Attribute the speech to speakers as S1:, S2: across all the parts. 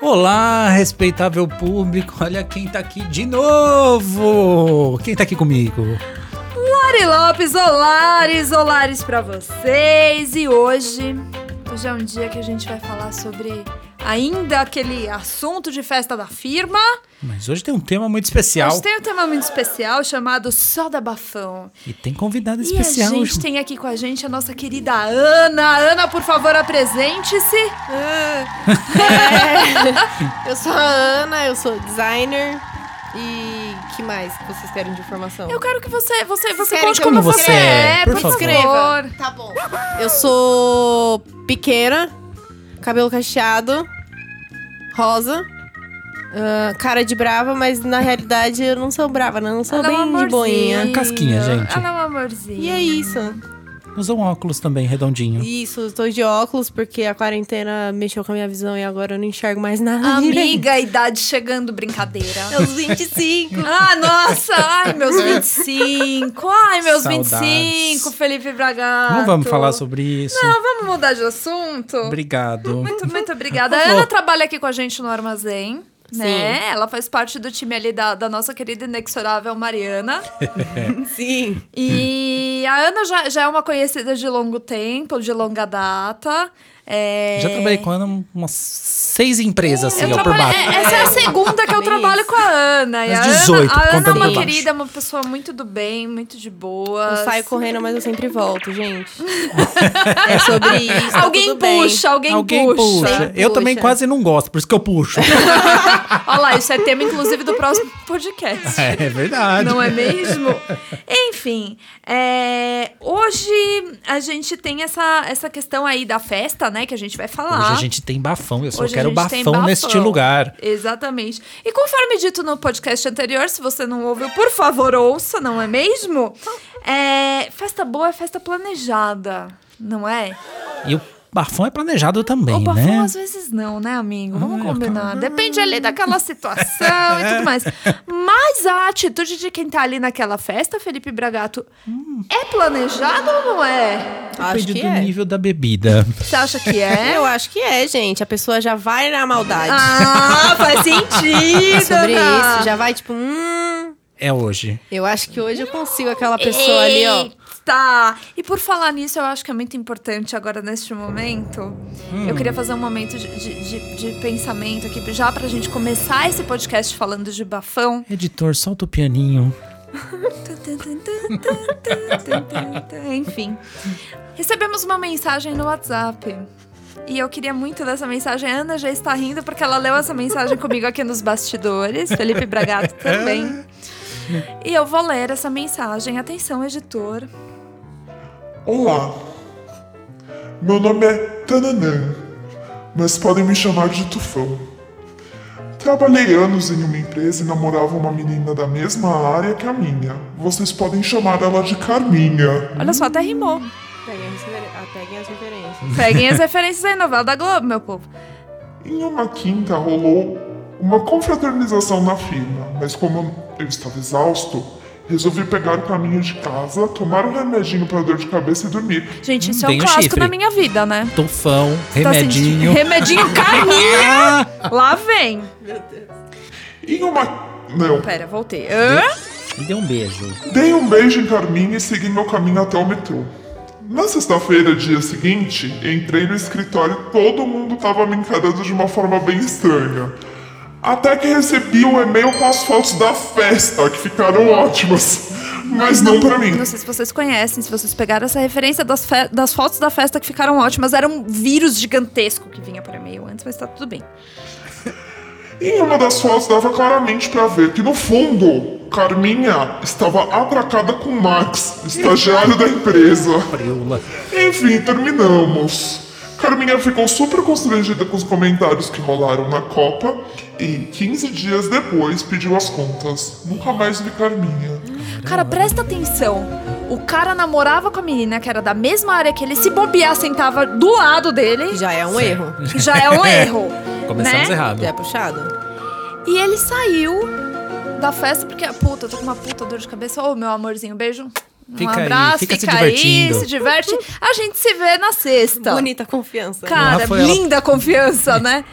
S1: Olá, respeitável público. Olha quem tá aqui de novo. Quem tá aqui comigo?
S2: Lari Lopes, Olares, Olares pra vocês. E hoje, hoje é um dia que a gente vai falar sobre ainda aquele assunto de festa da firma.
S1: Mas hoje tem um tema muito especial.
S2: Hoje tem um tema muito especial chamado Soda Bafão.
S1: E tem convidado
S2: E a
S1: especial.
S2: gente tem aqui com a gente a nossa querida Ana. Ana, por favor, apresente-se.
S3: Eu sou a Ana, eu sou designer e que mais que vocês querem de informação?
S2: Eu quero que você, você, você
S3: querem
S2: conte
S3: que eu
S2: como
S3: me
S2: você
S1: descreva?
S2: é,
S1: Por
S2: por
S1: favor.
S2: favor.
S3: Tá bom. Eu sou pequena, cabelo cacheado, rosa, ah, cara de brava, mas na realidade eu não sou brava, né? Eu não sou
S2: Ela é um
S3: bem de
S2: amorzinho.
S3: boinha.
S1: Casquinha, gente.
S2: Ela é um amorzinho.
S3: E é isso.
S1: Usa um óculos também, redondinho.
S3: Isso, eu tô de óculos porque a quarentena mexeu com a minha visão e agora eu não enxergo mais nada. direito.
S2: Amiga, idade chegando, brincadeira.
S3: Meus 25.
S2: Ah, nossa! Ai, meus 25! Ai, meus
S1: É. Saudades.
S2: 25, Felipe Bragato.
S1: Não vamos falar sobre isso.
S2: Não, vamos mudar de assunto?
S1: Obrigado.
S2: Muito, muito obrigada. A Ana trabalha aqui com a gente no Armazém. Né? Ela faz parte do time ali da, da nossa querida inexorável Mariana.
S3: Sim.
S2: E a Ana já, já é uma conhecida de longo tempo, de longa data. É...
S1: Já trabalhei com ela em umas seis empresas, assim,
S2: Eu
S1: ó, por
S2: trabalho-
S1: baixo.
S2: é, essa é a segunda que eu
S3: Bem
S2: trabalho
S3: isso.
S2: com a Ana. E
S1: Mas
S2: a Ana-
S1: 18,
S2: a Ana, é
S1: contando
S2: uma
S1: por baixo.
S2: querida, uma pessoa muito do bem, muito de boa.
S3: Eu saio correndo, mas eu sempre volto, gente. é sobre isso. tá
S2: Alguém
S3: tudo bem.
S2: puxa, é, alguém,
S1: Alguém puxa.
S2: puxa.
S3: Sempre
S1: Eu também
S3: puxa.
S1: quase não gosto, por isso que eu puxo.
S2: Olha lá, isso é tema, inclusive, do próximo podcast.
S1: é verdade.
S2: Não é mesmo? Enfim, é, hoje a gente tem essa, essa questão aí da festa, né? Que a gente vai falar.
S1: Hoje a gente tem bafão, eu só
S2: Hoje a
S1: quero
S2: gente tem
S1: bafão neste
S2: bafão.
S1: lugar.
S2: Exatamente. E conforme dito no podcast anterior, se você não ouviu, por favor, ouça, não é mesmo?
S3: Tá.
S2: É, festa boa é festa planejada, não é?
S1: E o bafão é planejado também,
S2: o bafão é
S1: né?
S2: às vezes não, né, amigo? Vamos
S1: Ah,
S2: combinar. Depende ali daquela situação e tudo mais. Mas a atitude de quem tá ali naquela festa, Felipe Bragato, é planejado ou não é?
S3: Acho
S1: Depende
S3: que
S1: do
S3: é.
S1: nível da bebida.
S2: Você acha que é?
S3: Eu acho que é, gente. A pessoa já vai na maldade.
S2: Ah, faz sentido!
S3: É sobre
S2: Ana.
S3: isso. Já vai, tipo, hum.
S1: É hoje.
S3: Eu acho que hoje eu consigo aquela pessoa ali, ó.
S2: Tá. E por falar nisso, eu acho que é muito importante agora neste momento. Eu queria fazer um momento de, de- de- de pensamento aqui, já pra gente começar esse podcast falando de bafão.
S1: Editor, solta o pianinho.
S2: Enfim. Recebemos uma mensagem no WhatsApp. E eu queria muito dessa mensagem. A Ana já está rindo porque ela leu essa mensagem comigo aqui nos bastidores. Felipe Bragato também. E eu vou ler essa mensagem. Atenção, editor.
S4: Olá, meu nome é Tananã, mas podem me chamar de Tufão. Trabalhei anos em uma empresa e namorava uma menina da mesma área que a minha. Vocês podem chamar ela de Carminha.
S2: Olha só, até rimou.
S3: Peguem as referen- ah, peguem as referências.
S2: Peguem as referências aí, novela da Globo, meu povo.
S4: Em uma quinta rolou uma confraternização na firma, mas como eu estava exausto, resolvi pegar o caminho de casa, tomar um remedinho para dor de cabeça e dormir.
S2: Gente, isso é
S1: Tem
S2: um
S1: o
S2: clássico
S1: chifre.
S2: da minha vida, né?
S1: Tufão,
S2: Tá
S1: remedinho. Ah!
S2: sentindo- Remedinho carninha! Lá vem.
S4: Em uma. Não.
S2: Pera, voltei. Hã?
S1: Me deu um beijo.
S4: Dei um beijo em Carminha e segui meu caminho até o metrô. Na sexta-feira, dia seguinte, entrei no escritório e todo mundo estava me encarando de uma forma bem estranha. Até que recebi um e-mail com as fotos da festa, que ficaram ótimas, mas não pra mim.
S2: Não sei se vocês conhecem, se vocês pegaram essa referência das, fe- das fotos da festa que ficaram ótimas. Era um vírus gigantesco que vinha por e-mail antes, mas tá tudo bem.
S4: Em uma das fotos dava claramente pra ver que no fundo, Carminha estava atracada com Max, estagiário da empresa.
S1: Preula.
S4: Enfim, terminamos. Carminha ficou super constrangida com os comentários que rolaram na Copa e 15 dias depois pediu as contas. Nunca mais vi Carminha.
S2: Cara, presta atenção. O cara namorava com a menina que era da mesma área que ele. Se bobear, sentava do lado dele.
S3: Já é um erro.
S2: que Já é um erro.
S1: Começamos
S2: né?
S1: errado.
S3: Já é puxado.
S2: E ele saiu da festa porque, puta, eu tô com uma puta dor de cabeça. Ô, meu amorzinho, beijo.
S1: Fica
S2: um
S1: aí,
S2: abraço,
S1: fica se
S2: aí,
S1: divertindo.
S2: se diverte. A gente se vê na sexta.
S3: Então, Bonita confiança.
S2: Cara,
S1: Rafaela-
S2: linda a confiança, né?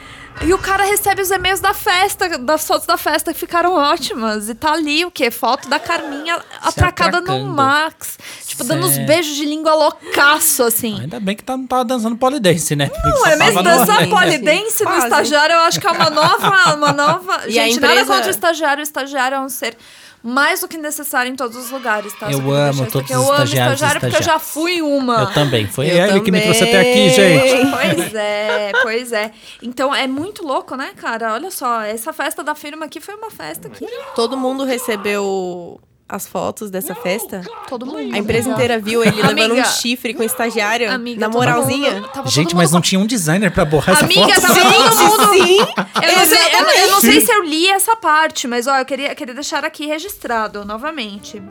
S2: E o cara recebe os e-mails da festa, das fotos da festa que ficaram ótimas. E tá ali o quê? Foto da Carminha atracada no
S1: atracando.
S2: Max. Tipo, dando uns
S1: Certo.
S2: beijos de língua loucaço, assim.
S1: Ainda bem que tá, não tava dançando polidense, né? Não,
S2: Olha, mas
S3: Tava no
S2: dançar
S3: ar, né?
S2: polidense no
S3: Quase.
S2: estagiário, eu acho que é uma nova. Uma nova...
S3: E a
S2: Gente, nada
S3: empresa-
S2: contra o estagiário. O estagiário é um ser mais do que necessário em todos os lugares, tá?
S1: Eu
S2: Só queria
S1: amo
S2: deixar isso
S1: todos os
S2: aqui. Eu amo
S1: estagiários e
S2: estagiário porque eu já fui uma.
S1: Eu também. Foi
S3: Eu
S1: ele que me trouxe até aqui,
S3: também.
S1: gente.
S2: Pois é, pois é. Então é muito louco, né, cara? Olha só, essa festa da firma aqui foi uma festa que
S3: Todo mundo recebeu as fotos dessa festa?
S2: todo mundo.
S3: A empresa inteira viu ele levando um
S2: Amiga.
S3: chifre com o estagiário
S2: Amiga,
S3: na
S2: todo
S3: moralzinha.
S2: mundo- tava
S1: Gente,
S2: todo
S1: mas
S2: mundo
S1: não tinha um designer pra borrar
S2: Amiga,
S1: essa foto?
S2: tava todo mundo.
S3: sim!
S2: Eu não, sei, eu- eu não sei se eu li essa parte, mas ó, eu queria, queria deixar aqui registrado novamente.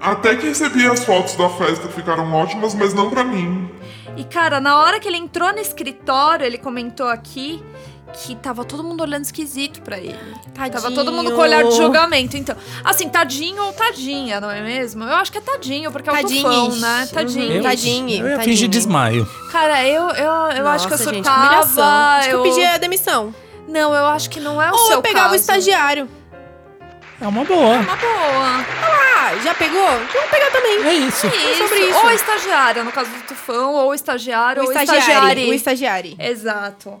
S4: Até que recebi as fotos da festa, ficaram ótimas, mas não pra mim.
S2: E, cara, na hora que ele entrou no escritório, ele comentou aqui que tava todo mundo olhando esquisito pra ele. Tava todo mundo com olhar de julgamento. Então, assim, tadinho ou tadinha, não é mesmo? Eu acho que é tadinho, porque é um
S3: Tadinhos.
S2: tufão, né?
S3: Uhum.
S2: Tadinho.
S1: Eu,
S3: Tadinho,
S1: eu ia fingir
S3: tadinho.
S1: desmaio.
S2: Cara, eu, eu, eu acho que eu
S3: Nossa, gente,
S2: surtava.
S3: humilhação. Acho que
S2: eu...
S3: eu pedi a demissão.
S2: Não, eu acho que não é o
S3: Ou
S2: seu
S3: eu pegava
S2: caso.
S3: o estagiário.
S1: É uma boa.
S2: Uma boa.
S3: Ah, já pegou? Então vou pegar também.
S1: É isso.
S2: Isso.
S3: sobre isso.
S2: Ou estagiária, no caso do tufão, ou estagiário,
S3: O
S2: ou
S3: estagiário. O
S2: estagiário.
S3: estagiário.
S2: Exato.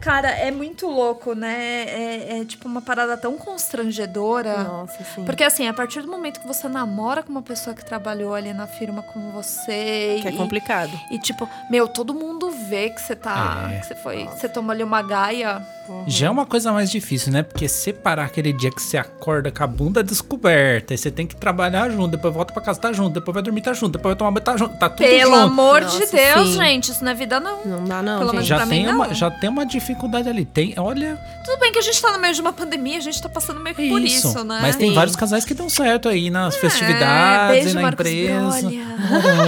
S2: Cara, é muito louco, né? É, é, tipo uma parada tão constrangedora.
S3: Nossa, sim.
S2: Porque assim, a partir do momento que você namora com uma pessoa que trabalhou ali na firma com você.
S3: Que é
S2: e-
S3: complicado.
S2: E tipo, meu, todo mundo vê que você tá.
S1: É.
S2: Que você foi. Você toma ali uma gaia.
S1: Já é uma coisa mais difícil, né? Porque separar aquele dia que você acorda com a bunda descoberta, e você tem que trabalhar junto, depois volta pra casa, tá junto, depois vai dormir, tá junto, depois vai tomar banho, tá junto, tá tudo
S2: Pelo
S1: junto.
S2: amor de
S3: Nossa,
S2: Deus,
S3: sim.
S2: gente, isso não é vida, não.
S3: Não dá não,
S2: Pelo
S3: gente.
S2: menos
S1: Já
S2: pra mim,
S1: tem, uma,
S2: não.
S1: já tem uma dificuldade ali. Tem, olha,
S2: Tudo bem que a gente tá no meio de uma pandemia, a gente tá passando meio
S1: é
S2: que por
S1: isso.
S2: isso, né?
S1: Mas tem
S3: Sim.
S1: vários casais que dão certo aí nas
S2: é,
S1: festividades, e
S2: beijo,
S1: na
S2: Marcos
S1: empresa.
S2: Brolha.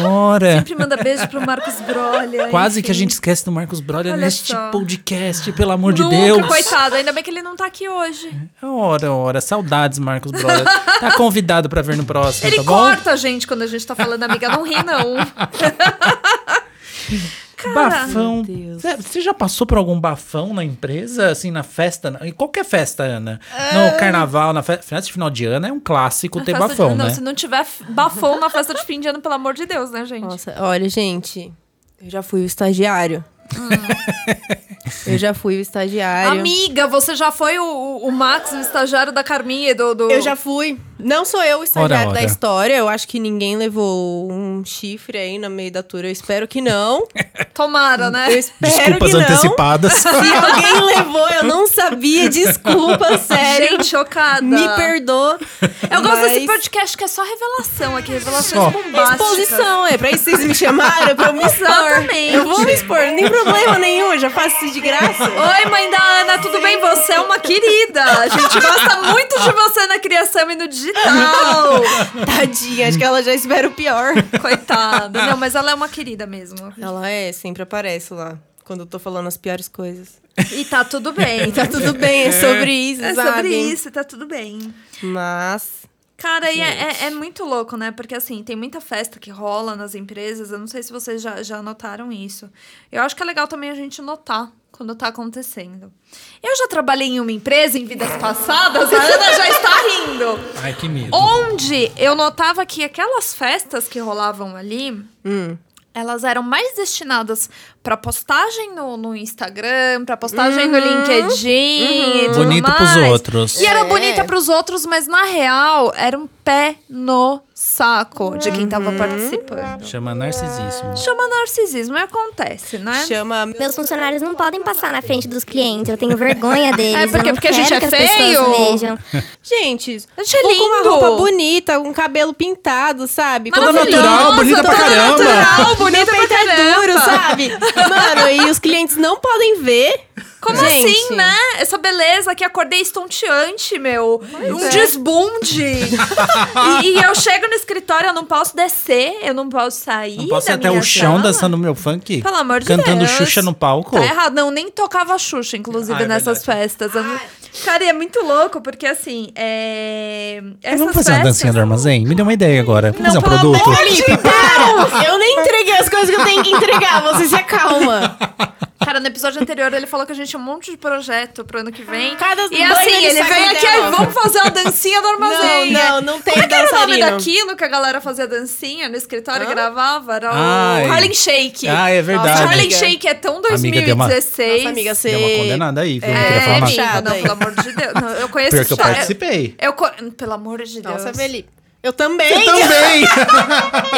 S1: Ora, ora.
S2: Sempre manda beijo pro Marcos Brolha.
S1: Quase que a
S2: enfim.
S1: gente esquece do Marcos Brolha
S2: Olha
S1: neste
S2: só.
S1: podcast, pelo amor de
S2: Nunca,
S1: Deus. Uhum. É
S2: coitado, ainda bem que ele não tá aqui hoje.
S1: Ora, ora, saudades, Marcos Brolha. Tá convidado pra vir no próximo,
S2: Ele
S1: tá bom?
S2: corta a gente quando a gente tá falando, amiga, não ri não.
S1: Bafão.
S3: Meu Deus.
S1: Zé, Você já passou por algum bafão na empresa, assim, na festa? Em qualquer festa, Ana. No carnaval, na fe- festa de final de ano, é um clássico ter
S2: Ah. Festa de-
S1: bafão,
S2: não,
S1: né?
S2: se não tiver f- bafão na festa de fim de ano, pelo amor de Deus, né, gente?
S3: Nossa, olha, gente. Eu já fui o estagiário. eu já fui o estagiário.
S2: Amiga, você já foi o, o- o Max, o estagiário da Carminha e do, do-
S3: Eu já fui. Não sou eu o estagiário
S1: Ora, ora.
S3: da história. Eu acho que ninguém levou um chifre aí no meio da tour. Eu espero que não.
S1: Hum.
S2: Tomara, né?
S3: Eu espero que não.
S1: antecipadas.
S3: Se alguém levou, eu não sabia. Desculpa, sério.
S2: Gente, chocada.
S3: Me perdoa.
S2: Eu gosto
S3: mas-
S2: desse podcast que é só revelação aqui, revelações
S1: Só.
S2: bombásticas.
S3: Exposição, é. Pra isso vocês me chamaram, é pra eu me expor.
S2: Exatamente.
S3: Eu vou me expor, não tem problema nenhum. Eu já faço isso de graça.
S2: Oi, mãe da Ana, tudo bem? Você é uma querida. A gente gosta muito de você na criação e no digital.
S3: Tadinha, acho que ela já espera o pior.
S2: Coitada. Não, mas ela é uma querida mesmo.
S3: Ela é, sempre aparece lá. Quando eu tô falando as piores coisas.
S2: E tá tudo bem.
S3: E tá tudo bem, é sobre isso,
S2: É
S3: sabe?
S2: sobre isso, tá tudo bem.
S3: Mas...
S2: Cara, e é, é- é muito louco, né? Porque assim, tem muita festa que rola nas empresas. Eu não sei se vocês já, já notaram isso. Eu acho que é legal também a gente notar quando tá acontecendo. Eu já trabalhei em uma empresa em vidas passadas, a Ana já está rindo.
S1: Ai, que medo.
S2: Onde eu notava que aquelas festas que rolavam ali,
S1: Hum.
S2: elas eram mais destinadas pra postagem no, no Instagram, pra postagem no LinkedIn. E tudo
S1: Uhum. Bonito
S2: mais.
S1: pros outros.
S2: E era
S3: É.
S2: bonita pros outros, mas na real era um pé no saco de quem
S3: Uhum.
S2: tava participando.
S1: Chama narcisismo.
S2: Chama narcisismo e acontece, né?
S3: Chama...
S5: Meus funcionários não podem passar na frente dos clientes, eu tenho vergonha deles.
S2: É, porque-
S5: eu não
S2: porque a gente
S5: quero
S2: é
S5: que as pessoas
S2: feio.
S5: vejam.
S3: Gente, é
S2: Achei
S3: vou com uma
S2: lindo.
S3: roupa bonita, com cabelo pintado, sabe?
S1: Toda
S2: Maravilhosa,
S1: natural, bonita pra
S2: toda
S1: caramba.
S2: natural,
S3: Meu
S2: bonita pra
S3: peito é
S2: caramba.
S3: duro, sabe? Mano, e os clientes não podem ver.
S2: Como
S3: Gente.
S2: assim, né? Essa beleza que acordei estonteante, meu. um
S3: é.
S2: desbunde. e, e eu chego no escritório, eu não posso descer, eu não posso sair.
S1: Não posso ir
S2: da
S1: até
S2: minha
S1: o chão
S2: sala.
S1: dançando meu funk?
S2: Pelo amor de
S1: Cantando
S2: Deus.
S1: Xuxa no palco?
S2: Tá errado, não, nem tocava Xuxa, inclusive,
S1: Ah, é
S2: nessas festas. Eu não- Cara, e é muito louco, porque assim, é... essas
S1: Vamos fazer uma
S2: festas-
S1: dancinha do armazém? Me deu uma ideia agora. Vamos fazer um
S2: pelo
S1: produto?
S3: Felipe, para! Eu nem entreguei as coisas que eu tenho que entregar, você se acalma.
S2: Cara, Cara, no episódio anterior ele falou que a gente tinha um monte de projeto pro ano que vem.
S3: Ah, Cada
S2: e
S3: banho
S2: assim,
S3: ele
S2: ele
S3: sai
S2: veio
S3: com
S2: aqui,
S3: dela.
S2: "Ai, vamos fazer a dancinha do
S3: Não,
S2: armazém.
S3: não, não tem
S2: Como é que era o nome
S3: dançarino.
S2: daquilo que a galera fazia dancinha no escritório e gravava? Era o
S1: Ah, é.
S2: Harlem Shake.
S1: Ah, é verdade.
S2: Harlem
S3: Amiga.
S2: Shake é tão
S1: Amiga, deu uma-
S2: 2016.
S3: Nossa, amiga, você...
S1: Deu uma condenada aí, viu? Não queria
S2: É,
S1: falar nada.
S3: bicho.
S2: amiga,
S3: Chato
S2: não,
S3: aí.
S2: pelo amor de Deus. Não, eu conheço
S1: Pior que eu
S2: essa-
S1: participei.
S2: Eu, co- pelo amor de Deus.
S3: Nossa, Beli. Eu também. Então,
S1: Eu também!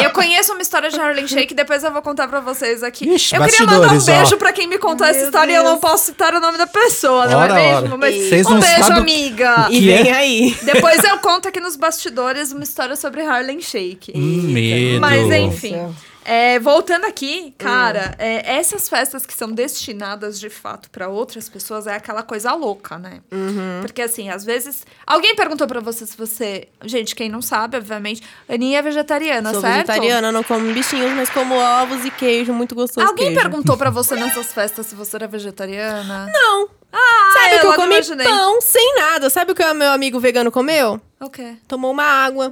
S2: Eu conheço uma história de Harlem Shake, depois eu vou contar pra vocês aqui.
S1: Ixi,
S2: eu queria mandar um
S1: bastidores, ó.
S2: beijo pra quem me contou essa história e eu não posso citar o nome da pessoa, não
S1: Ora,
S2: é
S1: ora.
S2: mesmo? Mas
S1: Vocês
S2: um
S1: não
S2: beijo,
S1: sabem o que-
S2: amiga.
S1: que é?
S3: E vem aí.
S2: Depois eu conto aqui nos bastidores uma história sobre Harlem Shake.
S1: Hum, medo.
S2: Mas enfim. tipo, é, voltando
S3: Hum.
S2: aqui, cara, é, essas festas que são destinadas de fato pra outras pessoas é aquela coisa louca, né?
S3: Uhum.
S2: Porque assim, às vezes. Alguém perguntou pra você se você. Gente, quem não sabe, obviamente. Aninha é vegetariana,
S3: Sou
S2: certo?
S3: vegetariana, não como bichinhos, mas como ovos e queijo, muito gostoso
S2: Alguém
S3: queijo.
S2: perguntou pra você nessas festas se você era vegetariana?
S3: Não.
S2: Ah,
S3: Sabe o que eu
S2: logo
S3: comi
S2: imaginei.
S3: pão sem nada. Sabe o que o meu amigo vegano comeu?
S2: O quê?
S3: Tomou uma água.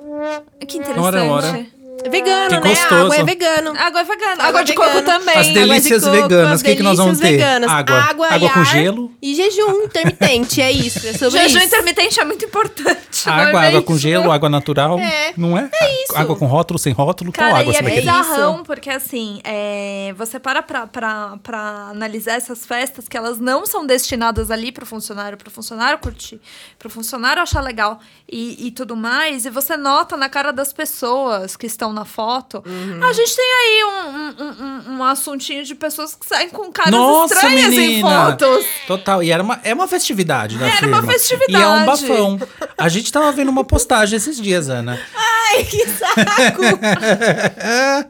S2: Que interessante.
S1: Ora, ora.
S3: É vegano,
S1: Que
S3: né? A
S1: gostoso.
S3: água é vegano.
S2: Água é vegana. Água,
S3: Água
S2: de
S3: vegana.
S2: coco também.
S1: As delícias
S3: coco,
S1: veganas,
S3: as
S1: o que, que nós vamos ter?
S3: delícias veganas.
S1: Água.
S3: Água,
S1: Água
S3: e
S1: com
S3: ar
S1: gelo?
S3: E jejum intermitente, é isso. É sobre
S2: Jejum
S3: isso.
S2: intermitente é muito importante. não
S1: Água,
S2: é
S1: água
S2: mesmo?
S1: com gelo, água natural,
S3: É.
S1: não é?
S3: isso.
S1: Água com rótulo, sem rótulo, qual
S2: Cara,
S1: água
S2: e
S1: você
S2: é
S1: vai
S3: bem-
S1: querer?
S2: bizarrão, porque assim, é, você para pra, pra, pra analisar essas festas que elas não são destinadas ali pro funcionário, pro funcionário curtir, pro funcionário achar legal e, e tudo mais, e você nota na cara das pessoas que estão na foto,
S1: Uhum.
S2: a gente tem aí um, um, um, um assuntinho de pessoas que saem com caras
S1: Nossa,
S2: estranhas em
S1: menina!
S2: fotos.
S1: Total, e era uma, é uma festividade da
S2: Era
S1: firma.
S2: uma festividade.
S1: E é um bafão. A gente tava vendo uma postagem esses dias, Ana.
S3: Ai, que saco.
S1: Ah,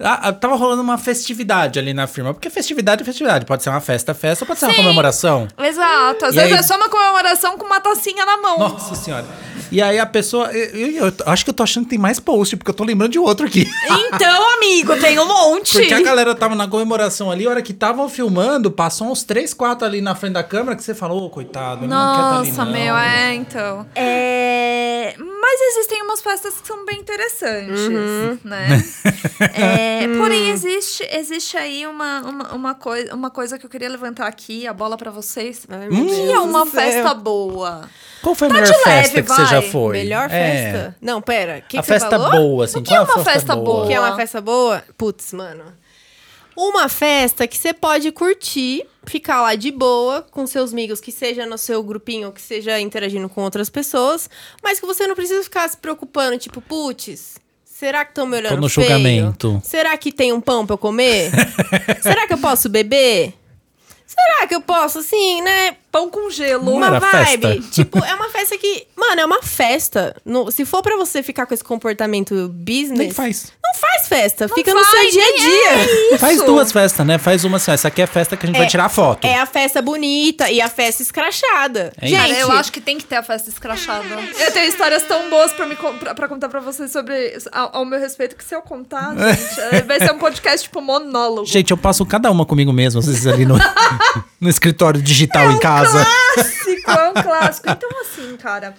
S1: ah, tava rolando uma festividade ali na firma. Porque festividade é festividade. Pode ser uma festa, festa, pode ser uma
S2: Sim.
S1: comemoração.
S2: Exato, às
S1: E
S2: vezes
S1: aí-
S2: é só uma comemoração com uma tacinha na mão.
S1: Nossa senhora. E aí a pessoa. Eu, eu- eu acho que eu tô achando que tem mais post, porque eu tô lembrando de outro aqui.
S3: então, amigo, tem um monte.
S1: Porque a galera tava na comemoração ali, a hora que estavam filmando, passou uns 3, 4 ali na frente da câmera que você falou, ô, coitado, ele não quer tá
S2: Nossa,
S1: ali, não.
S2: meu, é, então. É, Mas existem umas festas que são bem interessantes, né? É, porém, existe, existe aí uma, uma, uma, coi uma coisa que eu queria levantar aqui, a bola pra vocês.
S3: Ai, meu
S2: que
S3: Deus
S2: é uma
S3: do céu.
S2: festa boa.
S1: Qual foi a melhor
S2: Tá de leve,
S1: festa que você já
S2: vai.
S1: foi?
S3: Melhor
S1: É.
S3: festa? Não, pera. Que
S1: a
S3: que você
S1: festa
S3: falou?
S1: boa, assim.
S2: O que
S1: qual
S2: é uma festa boa?
S3: que é uma festa boa? Putz, mano. Uma festa que você pode curtir, ficar lá de boa com seus amigos, que seja no seu grupinho, que seja interagindo com outras pessoas, mas que você não precisa ficar se preocupando, tipo, putz, será que estão me olhando
S1: Tô no
S3: feio?
S1: julgamento.
S3: Será que tem um pão pra eu comer? será que eu posso beber? Será que eu posso, assim, né?
S2: Pão com gelo.
S1: Não
S3: uma
S1: era
S3: vibe.
S1: festa.
S3: Tipo, é uma festa que. Mano, é uma festa. No- se for pra você ficar com esse comportamento business.
S1: Nem faz.
S3: Não faz festa, fica no
S2: faz, é
S3: seu dia a dia.
S1: Faz duas festas, né? Faz uma assim, ó, essa aqui é a festa que a gente vai tirar a foto.
S3: É a festa bonita e a festa escrachada.
S1: É isso.
S3: Gente,
S2: Cara, eu acho que tem que ter a festa escrachada. Eu tenho histórias tão boas pra, me, con- pra, pra contar pra vocês sobre ao, ao meu respeito que se eu contar, gente, é, vai ser um podcast tipo monólogo.
S1: Gente, eu passo cada uma comigo mesmo, às vezes ali no, no escritório digital
S2: É um
S1: em casa.
S2: clássico, é um clássico. Então, assim, cara.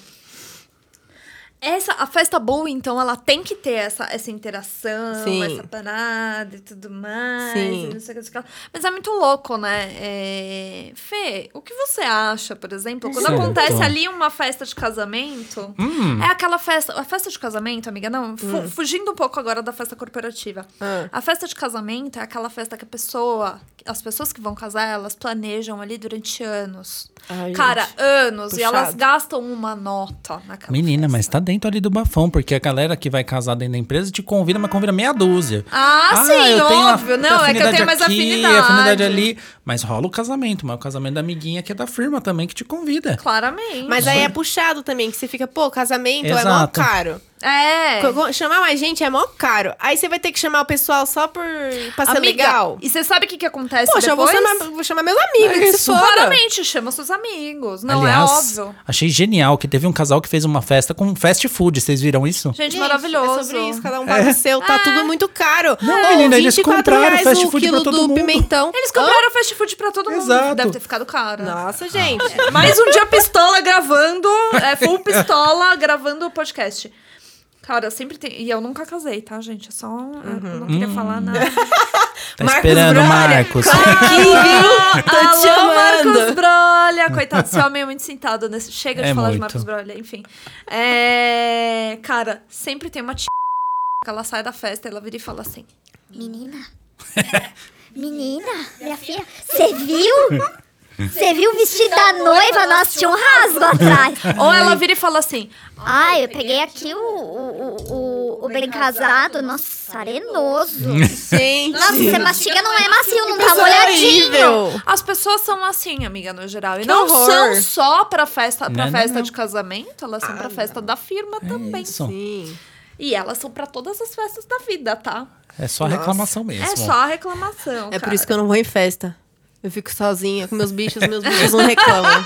S2: Essa, a festa boa, então, ela tem que ter essa, essa interação,
S3: Sim.
S2: essa parada e tudo mais.
S3: Sim.
S2: e não sei o que, não sei o que lá. Mas é muito louco, né? É... Fê, o que você acha, por exemplo, quando
S1: Certo.
S2: acontece ali uma festa de casamento? É aquela festa. A festa de casamento, amiga, não. fu- Fugindo um pouco agora da festa corporativa.
S3: Hum. Ah.
S2: A festa de casamento é aquela festa que a pessoa. As pessoas que vão casar, elas planejam ali durante anos.
S3: Ai,
S2: Cara,
S3: gente.
S2: anos. E
S3: Puxado.
S2: elas gastam É uma nota na cabeça.
S1: Menina, mas tá dentro ali do bafão, porque a galera que vai casar dentro da empresa te convida, mas convida meia dúzia.
S2: Ah, sim,
S1: a-
S2: óbvio. Não, é que eu
S1: afinidade
S2: tenho mais
S1: aqui,
S2: afinidade.
S1: afinidade ali. Mas rola o casamento, mas o casamento da amiguinha que é da firma também que te convida.
S2: Claramente.
S3: Mas aí é puxado também, que você fica, pô, casamento é mó
S1: Exato.
S3: caro.
S2: É.
S3: Co- co- Chamar mais gente é mó caro. Aí você vai ter que chamar o pessoal só por pra ser
S2: Amiga,
S3: legal.
S2: E você sabe o que, que acontece
S3: Poxa, eu vou
S2: depois?
S3: chamar, vou chamar meus amigos,
S1: É
S3: que se
S1: isso.
S3: foda.
S2: Claramente, chama seus amigos. Não
S1: Aliás,
S2: é óbvio.
S1: achei genial que teve um casal que fez uma festa com fast food. Vocês viram isso?
S2: Gente,
S3: Gente,
S2: maravilhoso. Ah.
S3: É sobre isso, cada um paga o seu, tá tudo muito caro.
S1: Não, menina, eles
S3: 24
S1: compraram
S3: reais
S1: fast
S3: o
S1: food pra
S3: quilo
S1: todo
S3: do
S1: mundo.
S3: pimentão.
S2: Eles compraram fast food pra todo mundo.
S1: Exato.
S2: Deve ter ficado caro.
S1: Tá
S3: Nossa, gente.
S2: é Mais um dia pistola gravando, é, full pistola gravando o podcast. Cara, eu sempre tenho. E eu nunca casei, tá, gente? É só. um- Eu não queria
S1: Uhum. Hum.
S2: falar nada.
S1: Tá
S3: Marcos
S1: esperando,
S3: Brolha.
S1: Marcos. Tá
S3: Aqui, viu? Tô te
S2: Alô, Marcos
S3: chamando.
S2: Brolha! Coitado, esse homem é muito sentado nesse. Chega de
S1: É
S2: falar de
S1: muito.
S2: Marcos Brolha, enfim. É, Cara, sempre tem uma tia. que Ela sai da festa, ela vira e fala assim.
S5: Menina. Menina, minha filha, você viu? Você viu o vestido da noiva? Nossa, tinha um rasgo atrás.
S2: Ou ela vira e fala assim:
S5: Ai, eu peguei aqui o, o, o- o, o bem casado. Nossa, arenoso.
S3: Gente.
S5: Nossa, você mastiga, não é macio, não tá
S3: pessoa
S5: molhadinho.
S3: horrível.
S2: As pessoas são assim, amiga, no geral. E não
S3: horror.
S2: são só pra festa, pra
S1: Não, não,
S2: festa
S1: não. É
S2: de casamento, elas são pra
S3: Ah,
S2: festa da firma também.
S1: Isso.
S3: Sim.
S2: E elas são pra todas as festas da vida, tá?
S1: É só reclamação mesmo.
S2: É só a reclamação.
S3: É por isso que eu não vou em festa. Eu fico sozinha com meus bichos, meus bichos não reclamam.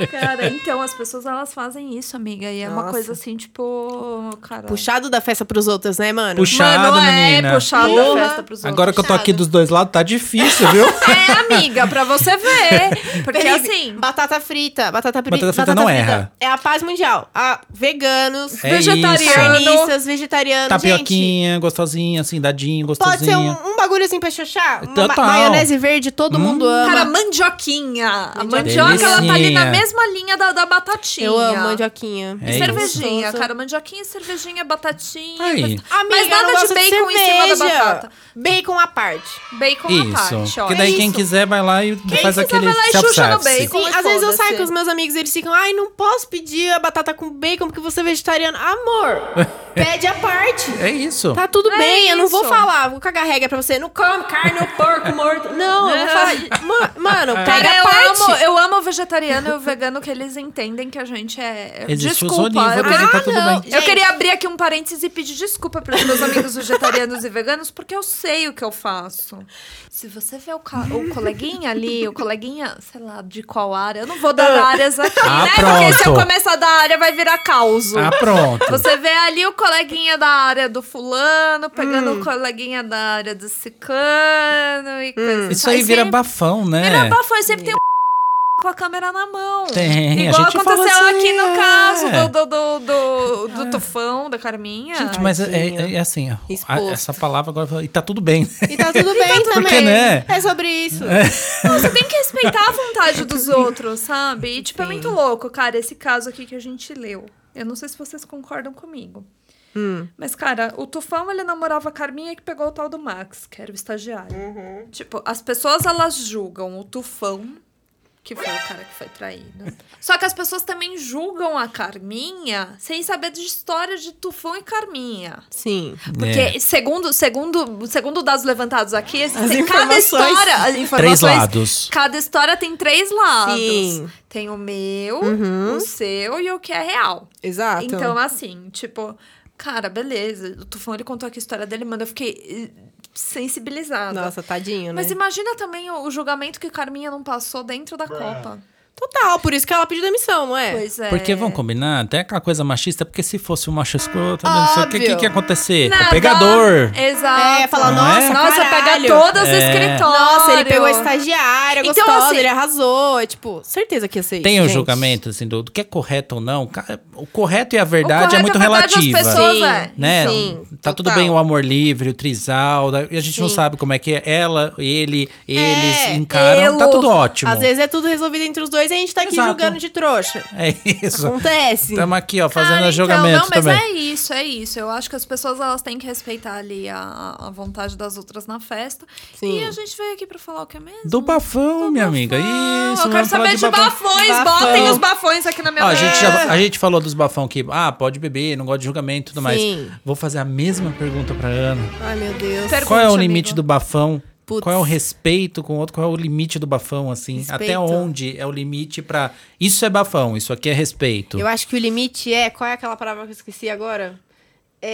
S2: eu... Cara, então as pessoas elas fazem isso, amiga. E é uma
S3: Nossa.
S2: coisa assim, tipo. Cara.
S3: Puxado da festa pros outros, né, mano?
S1: Puxado,
S2: Mano,
S1: menina.
S2: é puxado da
S3: Porra.
S2: festa pros outros.
S1: Agora que eu tô aqui dos dois lados, tá difícil, viu?
S2: É, amiga, pra você ver. Porque
S3: Felipe,
S2: assim.
S3: Batata frita. Batata, pri-
S1: Batata frita não erra.
S3: É a paz mundial. A veganos,
S1: É
S2: Vegetariano.
S1: isso.
S3: carnistas, vegetarianos. Gente,
S1: Tapioquinha, gostosinha, assim, dadinho,
S3: pode ser
S1: gostosinha.
S3: um, um bagulho assim pra xoxar. Uma ma-
S1: É Total. Hum.
S3: maionese verde, todo mundo ama.
S2: um Cara, mandioquinha. A mandioca, ela tá ali
S1: Delicinha.
S2: na mesma linha da, da batatinha.
S3: Eu amo mandioquinha.
S1: É
S2: E cervejinha,
S3: Gostoso.
S2: cara. Mandioquinha, cervejinha, batatinha.
S1: Aí.
S2: mas-
S3: Amiga,
S2: mas
S3: eu não
S2: nada de
S3: gosto
S2: bacon em cima da
S3: cerveja.
S2: batata.
S3: Bacon à parte.
S2: Bacon à parte,
S1: Isso.
S2: ó.
S1: Porque daí
S2: É
S1: quem
S2: isso.
S1: quiser vai lá e faz
S2: quiser
S1: aquele
S2: vai lá e chucha no
S1: self-service.
S2: bacon.
S3: Sim,
S2: e
S3: às vezes eu
S2: foda-se.
S3: saio com os meus amigos e eles ficam, ai, não posso pedir a batata com bacon porque você é vegetariano. Amor, pede a parte.
S1: É isso.
S3: Tá tudo
S2: É
S3: bem, eu não vou
S2: isso.
S3: falar, vou cagar regra pra você. Não come carne ou porco morto. Não, eu vou falar. Ma- Mano, pega
S2: Cara,
S3: a
S2: eu
S3: parte.
S2: amo, eu amo o vegetariano e o vegano que eles entendem que a gente é.
S1: Existe o
S2: desculpa,
S1: zoninho, vou
S2: eu, queria,
S1: dizer, tá tudo
S3: não.
S1: bem.
S2: eu
S3: Gente.
S2: queria abrir aqui um parênteses e pedir desculpa para os meus amigos vegetarianos e veganos, porque eu sei o que eu faço. Se você vê o, ca- o coleguinha ali, o coleguinha, sei lá, de qual área, eu não vou dar áreas aqui,
S1: Ah,
S2: né? Porque se eu
S1: pronto.
S2: começar a dar área, vai virar caos.
S1: Ah, pronto.
S2: Você vê ali o coleguinha da área do fulano, pegando
S1: Hum.
S2: o coleguinha da área do cicano e coisa
S1: Isso aí vira
S2: sempre-
S1: bafão, né?
S2: Vira bafão, sempre tem um com a câmera na mão.
S1: Tem, a
S2: Igual
S1: gente fala
S2: aconteceu
S1: assim,
S2: aqui no
S1: é.
S2: caso do, do, do, do, do Tufão, da Carminha.
S1: Gente, mas é,
S3: Tadinho.
S1: é- é assim, ó, a-
S3: Exposto.
S1: essa palavra agora. E tá tudo bem.
S3: E tá tudo bem também.
S1: Porque, né?
S3: É sobre isso.
S2: Não, você tem que respeitar a vontade dos outros, sabe? E, tipo, é muito louco, cara, esse caso aqui que a gente leu. Eu não sei se vocês concordam comigo. Mas, cara, o Tufão, ele namorava a Carminha que pegou o tal do Max, que era o estagiário. Tipo, as pessoas, elas julgam o Tufão, que foi o cara que foi traído. Só que as pessoas também julgam a Carminha sem saber de história de Tufão e Carminha.
S3: Sim.
S2: Porque,
S1: É.
S2: segundo, segundo, segundo dados levantados aqui, existem cada
S3: informações.
S2: história. As
S1: Três
S2: informações.
S1: lados.
S2: Cada história tem três lados.
S3: Sim.
S2: Tem o meu,
S3: Uhum. Ah, tá.
S2: o seu e o que é real.
S3: Exato.
S2: Então, assim, tipo, cara, beleza. O Tufão ele contou aqui a história dele, mano. Eu fiquei eh, sensibilizada.
S3: Nossa, tadinho, né?
S2: Mas imagina também o, o julgamento que Carminha não passou dentro da Copa.
S3: Total, por isso que ela pediu demissão, não é?
S2: Pois é.
S1: Porque vão combinar, até aquela coisa machista, porque se fosse um macho escroto, não sei o que, o que, que ia acontecer?
S2: Nada.
S1: O pegador.
S2: Exato.
S3: É, falar,
S1: Não
S3: nossa,
S1: é?
S2: Nossa,
S3: caralho.
S2: pega todas as
S1: É.
S2: escritórios.
S3: Nossa, ele pegou a estagiária,
S2: Então,
S3: gostosa,
S2: assim-
S3: ele arrasou. É, tipo, certeza que ia ser isso,
S1: Tem o
S3: gente.
S1: julgamento, assim, do, do que é correto ou não. Cara, O correto e a verdade é muito relativa.
S2: As pessoas,
S3: Sim.
S2: é.
S1: né?
S3: Sim,
S1: tá
S3: total.
S1: tudo bem o amor livre, o trisal, da- e a gente não
S3: Sim.
S1: sabe como é que é. Ela, ele, eles
S3: É,
S1: encaram, tá
S2: eu.
S1: tudo ótimo.
S3: Às vezes é tudo resolvido entre os dois e a gente tá aqui
S1: Exato. Tá.
S3: julgando de trouxa.
S1: É isso.
S3: Acontece.
S1: Estamos aqui, ó, fazendo
S2: Cara,
S1: julgamento
S2: então, não,
S1: também.
S2: Mas é isso, é isso. Eu acho que as pessoas elas têm que respeitar ali a, a vontade das outras na festa.
S3: Sim.
S2: E a gente veio aqui pra falar o que é mesmo?
S1: Do bafão, minha amiga.
S2: Não,
S1: Isso,
S2: eu quero
S1: vamos falar
S2: saber de bafões.
S3: Bafão.
S2: Botem os bafões aqui na minha
S1: Ó, a, gente
S2: mesa.
S1: já- a gente falou dos bafão que, ah, pode beber, não gosta de julgamento e tudo mais.
S3: Sim.
S1: Vou fazer a mesma pergunta pra Ana.
S3: Ai, meu Deus.
S2: Pergunte,
S1: Qual é o
S2: amigo.
S1: limite do bafão?
S3: Putz.
S1: Qual é o respeito com o outro? Qual é o limite do bafão, assim? Até
S3: Respeito.
S1: onde é o limite pra. Isso é bafão, isso aqui é respeito.
S3: Eu acho que o limite é. Qual é aquela palavra que eu esqueci agora?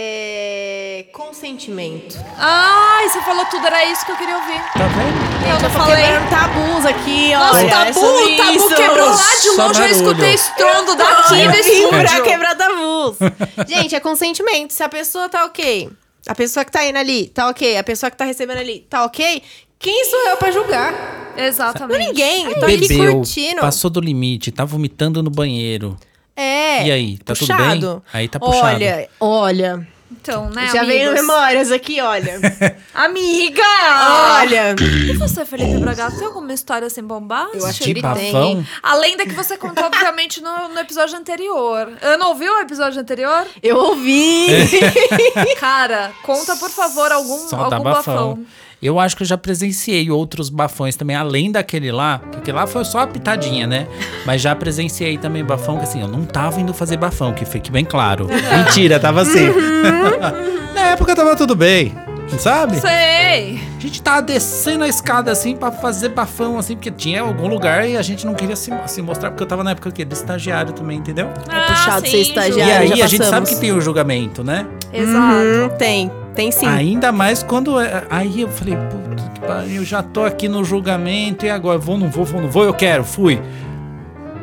S3: É. Consentimento.
S2: Ai, você falou tudo, era isso que eu queria ouvir.
S1: Tá vendo?
S2: Eu não
S3: tô
S2: falei.
S3: quebrando tabus aqui, ó.
S2: Nossa, o
S3: é
S2: tabu,
S3: sobre
S2: o tabu
S3: isso.
S2: quebrou lá de
S1: Só
S2: longe. Eu
S1: barulho.
S2: escutei estrondo daqui
S3: Tira
S2: do
S3: esse pra
S2: estúdio.
S3: quebrar tabus. Gente, é consentimento. Se a pessoa tá ok, a pessoa que tá indo ali tá ok, a pessoa que tá recebendo ali tá ok, quem sou eu pra julgar?
S2: Exatamente.
S3: Ninguém. Eu tô aqui
S1: Bebeu,
S3: curtindo.
S1: passou do limite, tá vomitando no banheiro.
S3: É.
S1: E aí, tá tudo bem? Aí tá puxado.
S3: Olha, olha.
S2: Então, né,
S3: já veio
S2: amigos?
S3: memórias aqui, olha.
S2: Amiga! Ah.
S3: olha.
S2: E você, Felipe Bragato, tem alguma história assim bombástica?
S3: Eu acho que
S1: De
S3: ele tem,
S1: bafão?
S3: hein?
S2: A lenda que você contou, obviamente, no, no episódio anterior. Ana ouviu o episódio anterior?
S3: Eu ouvi.
S2: Cara, conta, por favor, algum,
S1: Só dá
S2: algum
S1: bafão.
S2: bafão.
S1: Eu acho que eu já presenciei outros bafões também, além daquele lá, que aquele lá foi só a pitadinha, né? Mas já presenciei também bafão, que assim, eu não tava indo fazer bafão, que fique bem claro. Mentira, tava assim.
S3: Uhum.
S1: Na época tava tudo bem, sabe?
S2: Sei!
S1: A gente tava descendo a escada assim pra fazer bafão, assim, porque tinha algum lugar e a gente não queria se, se mostrar, porque eu tava na época o quê? do estagiário também, entendeu?
S2: Ah,
S3: É puxado
S2: sim, Ju.
S3: ser
S1: E
S3: estagiário. Já-
S1: aí
S3: já
S1: a gente sabe
S3: passamos.
S1: que tem o julgamento, né?
S2: Exato.
S3: Hum, tem, tem sim.
S1: Ainda mais quando. é- Aí eu falei, puta que pariu, eu já tô aqui no julgamento e agora? Vou, não vou, vou, não vou, eu quero, fui.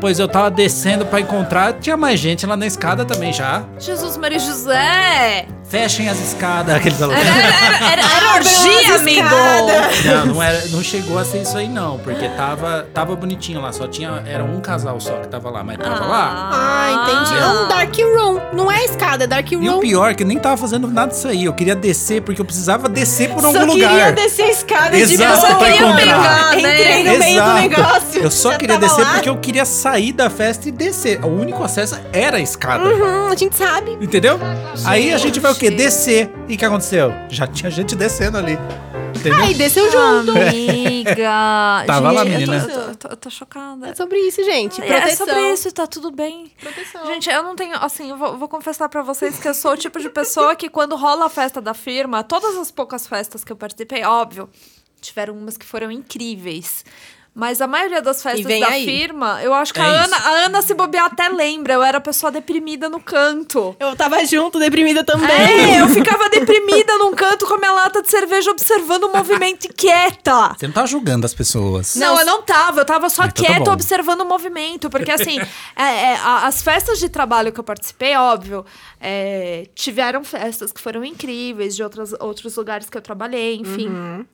S1: Pois eu tava descendo pra encontrar, tinha mais gente lá na escada também já.
S2: Jesus Maria e José!
S1: Fechem as escadas, aqueles alunos.
S2: Era, era, era orgia,
S3: as
S2: amigo!
S3: escadas.
S1: Não, não, era, não chegou a ser isso aí não, porque tava, tava bonitinho lá, só tinha. Era um casal só que tava lá, mas tava lá.
S3: Ah, entendi. É um dark room. Não é escada, é dark room.
S1: E o pior, é que eu nem tava fazendo nada disso aí. Eu queria descer, porque eu precisava descer por algum
S3: Só queria
S1: lugar.
S3: descer a escada de
S1: Exato,
S3: boa.
S1: pra encontrar.
S3: Entrei no meio do
S1: Exato.
S3: negócio.
S1: Eu só
S3: Já
S1: queria
S3: tava
S1: descer
S3: lá.
S1: porque eu queria sair da festa e descer. O único acesso era a escada.
S3: Hum, a gente sabe.
S1: Entendeu? Aí a gente vai o quê?
S2: Gente.
S1: Descer. E o que aconteceu? Já tinha gente descendo ali. Entendeu?
S3: Aí desceu junto.
S2: Amiga!
S1: Tava lá,
S2: Gente, eu tô-
S1: menina.
S2: Eu tô, eu tô chocada.
S3: É sobre isso, gente.
S2: É,
S3: Proteção.
S2: É sobre isso, tá tudo bem.
S3: Proteção.
S2: Gente, eu não tenho, assim, eu vou, vou confessar pra vocês que eu sou o tipo de pessoa que quando rola a festa da firma, todas as poucas festas que eu participei, óbvio, tiveram umas que foram incríveis. Mas a maioria das festas
S3: vem
S2: da
S3: aí.
S2: firma, eu acho que
S1: É
S2: a,
S1: isso.
S2: Ana, a Ana se bobear até lembra, eu era a pessoa deprimida no canto.
S3: Eu tava junto, deprimida também.
S2: É, eu ficava deprimida num canto com a minha lata de cerveja observando o movimento e quieta.
S1: Você não tá julgando as pessoas.
S2: Não, eu não tava, eu tava só
S1: Ah, então tá
S2: quieta
S1: bom.
S2: observando o movimento. Porque, assim, é, é, a- as festas de trabalho que eu participei, óbvio, é, tiveram festas que foram incríveis, de outras, outros lugares que eu trabalhei, enfim.
S3: Uhum.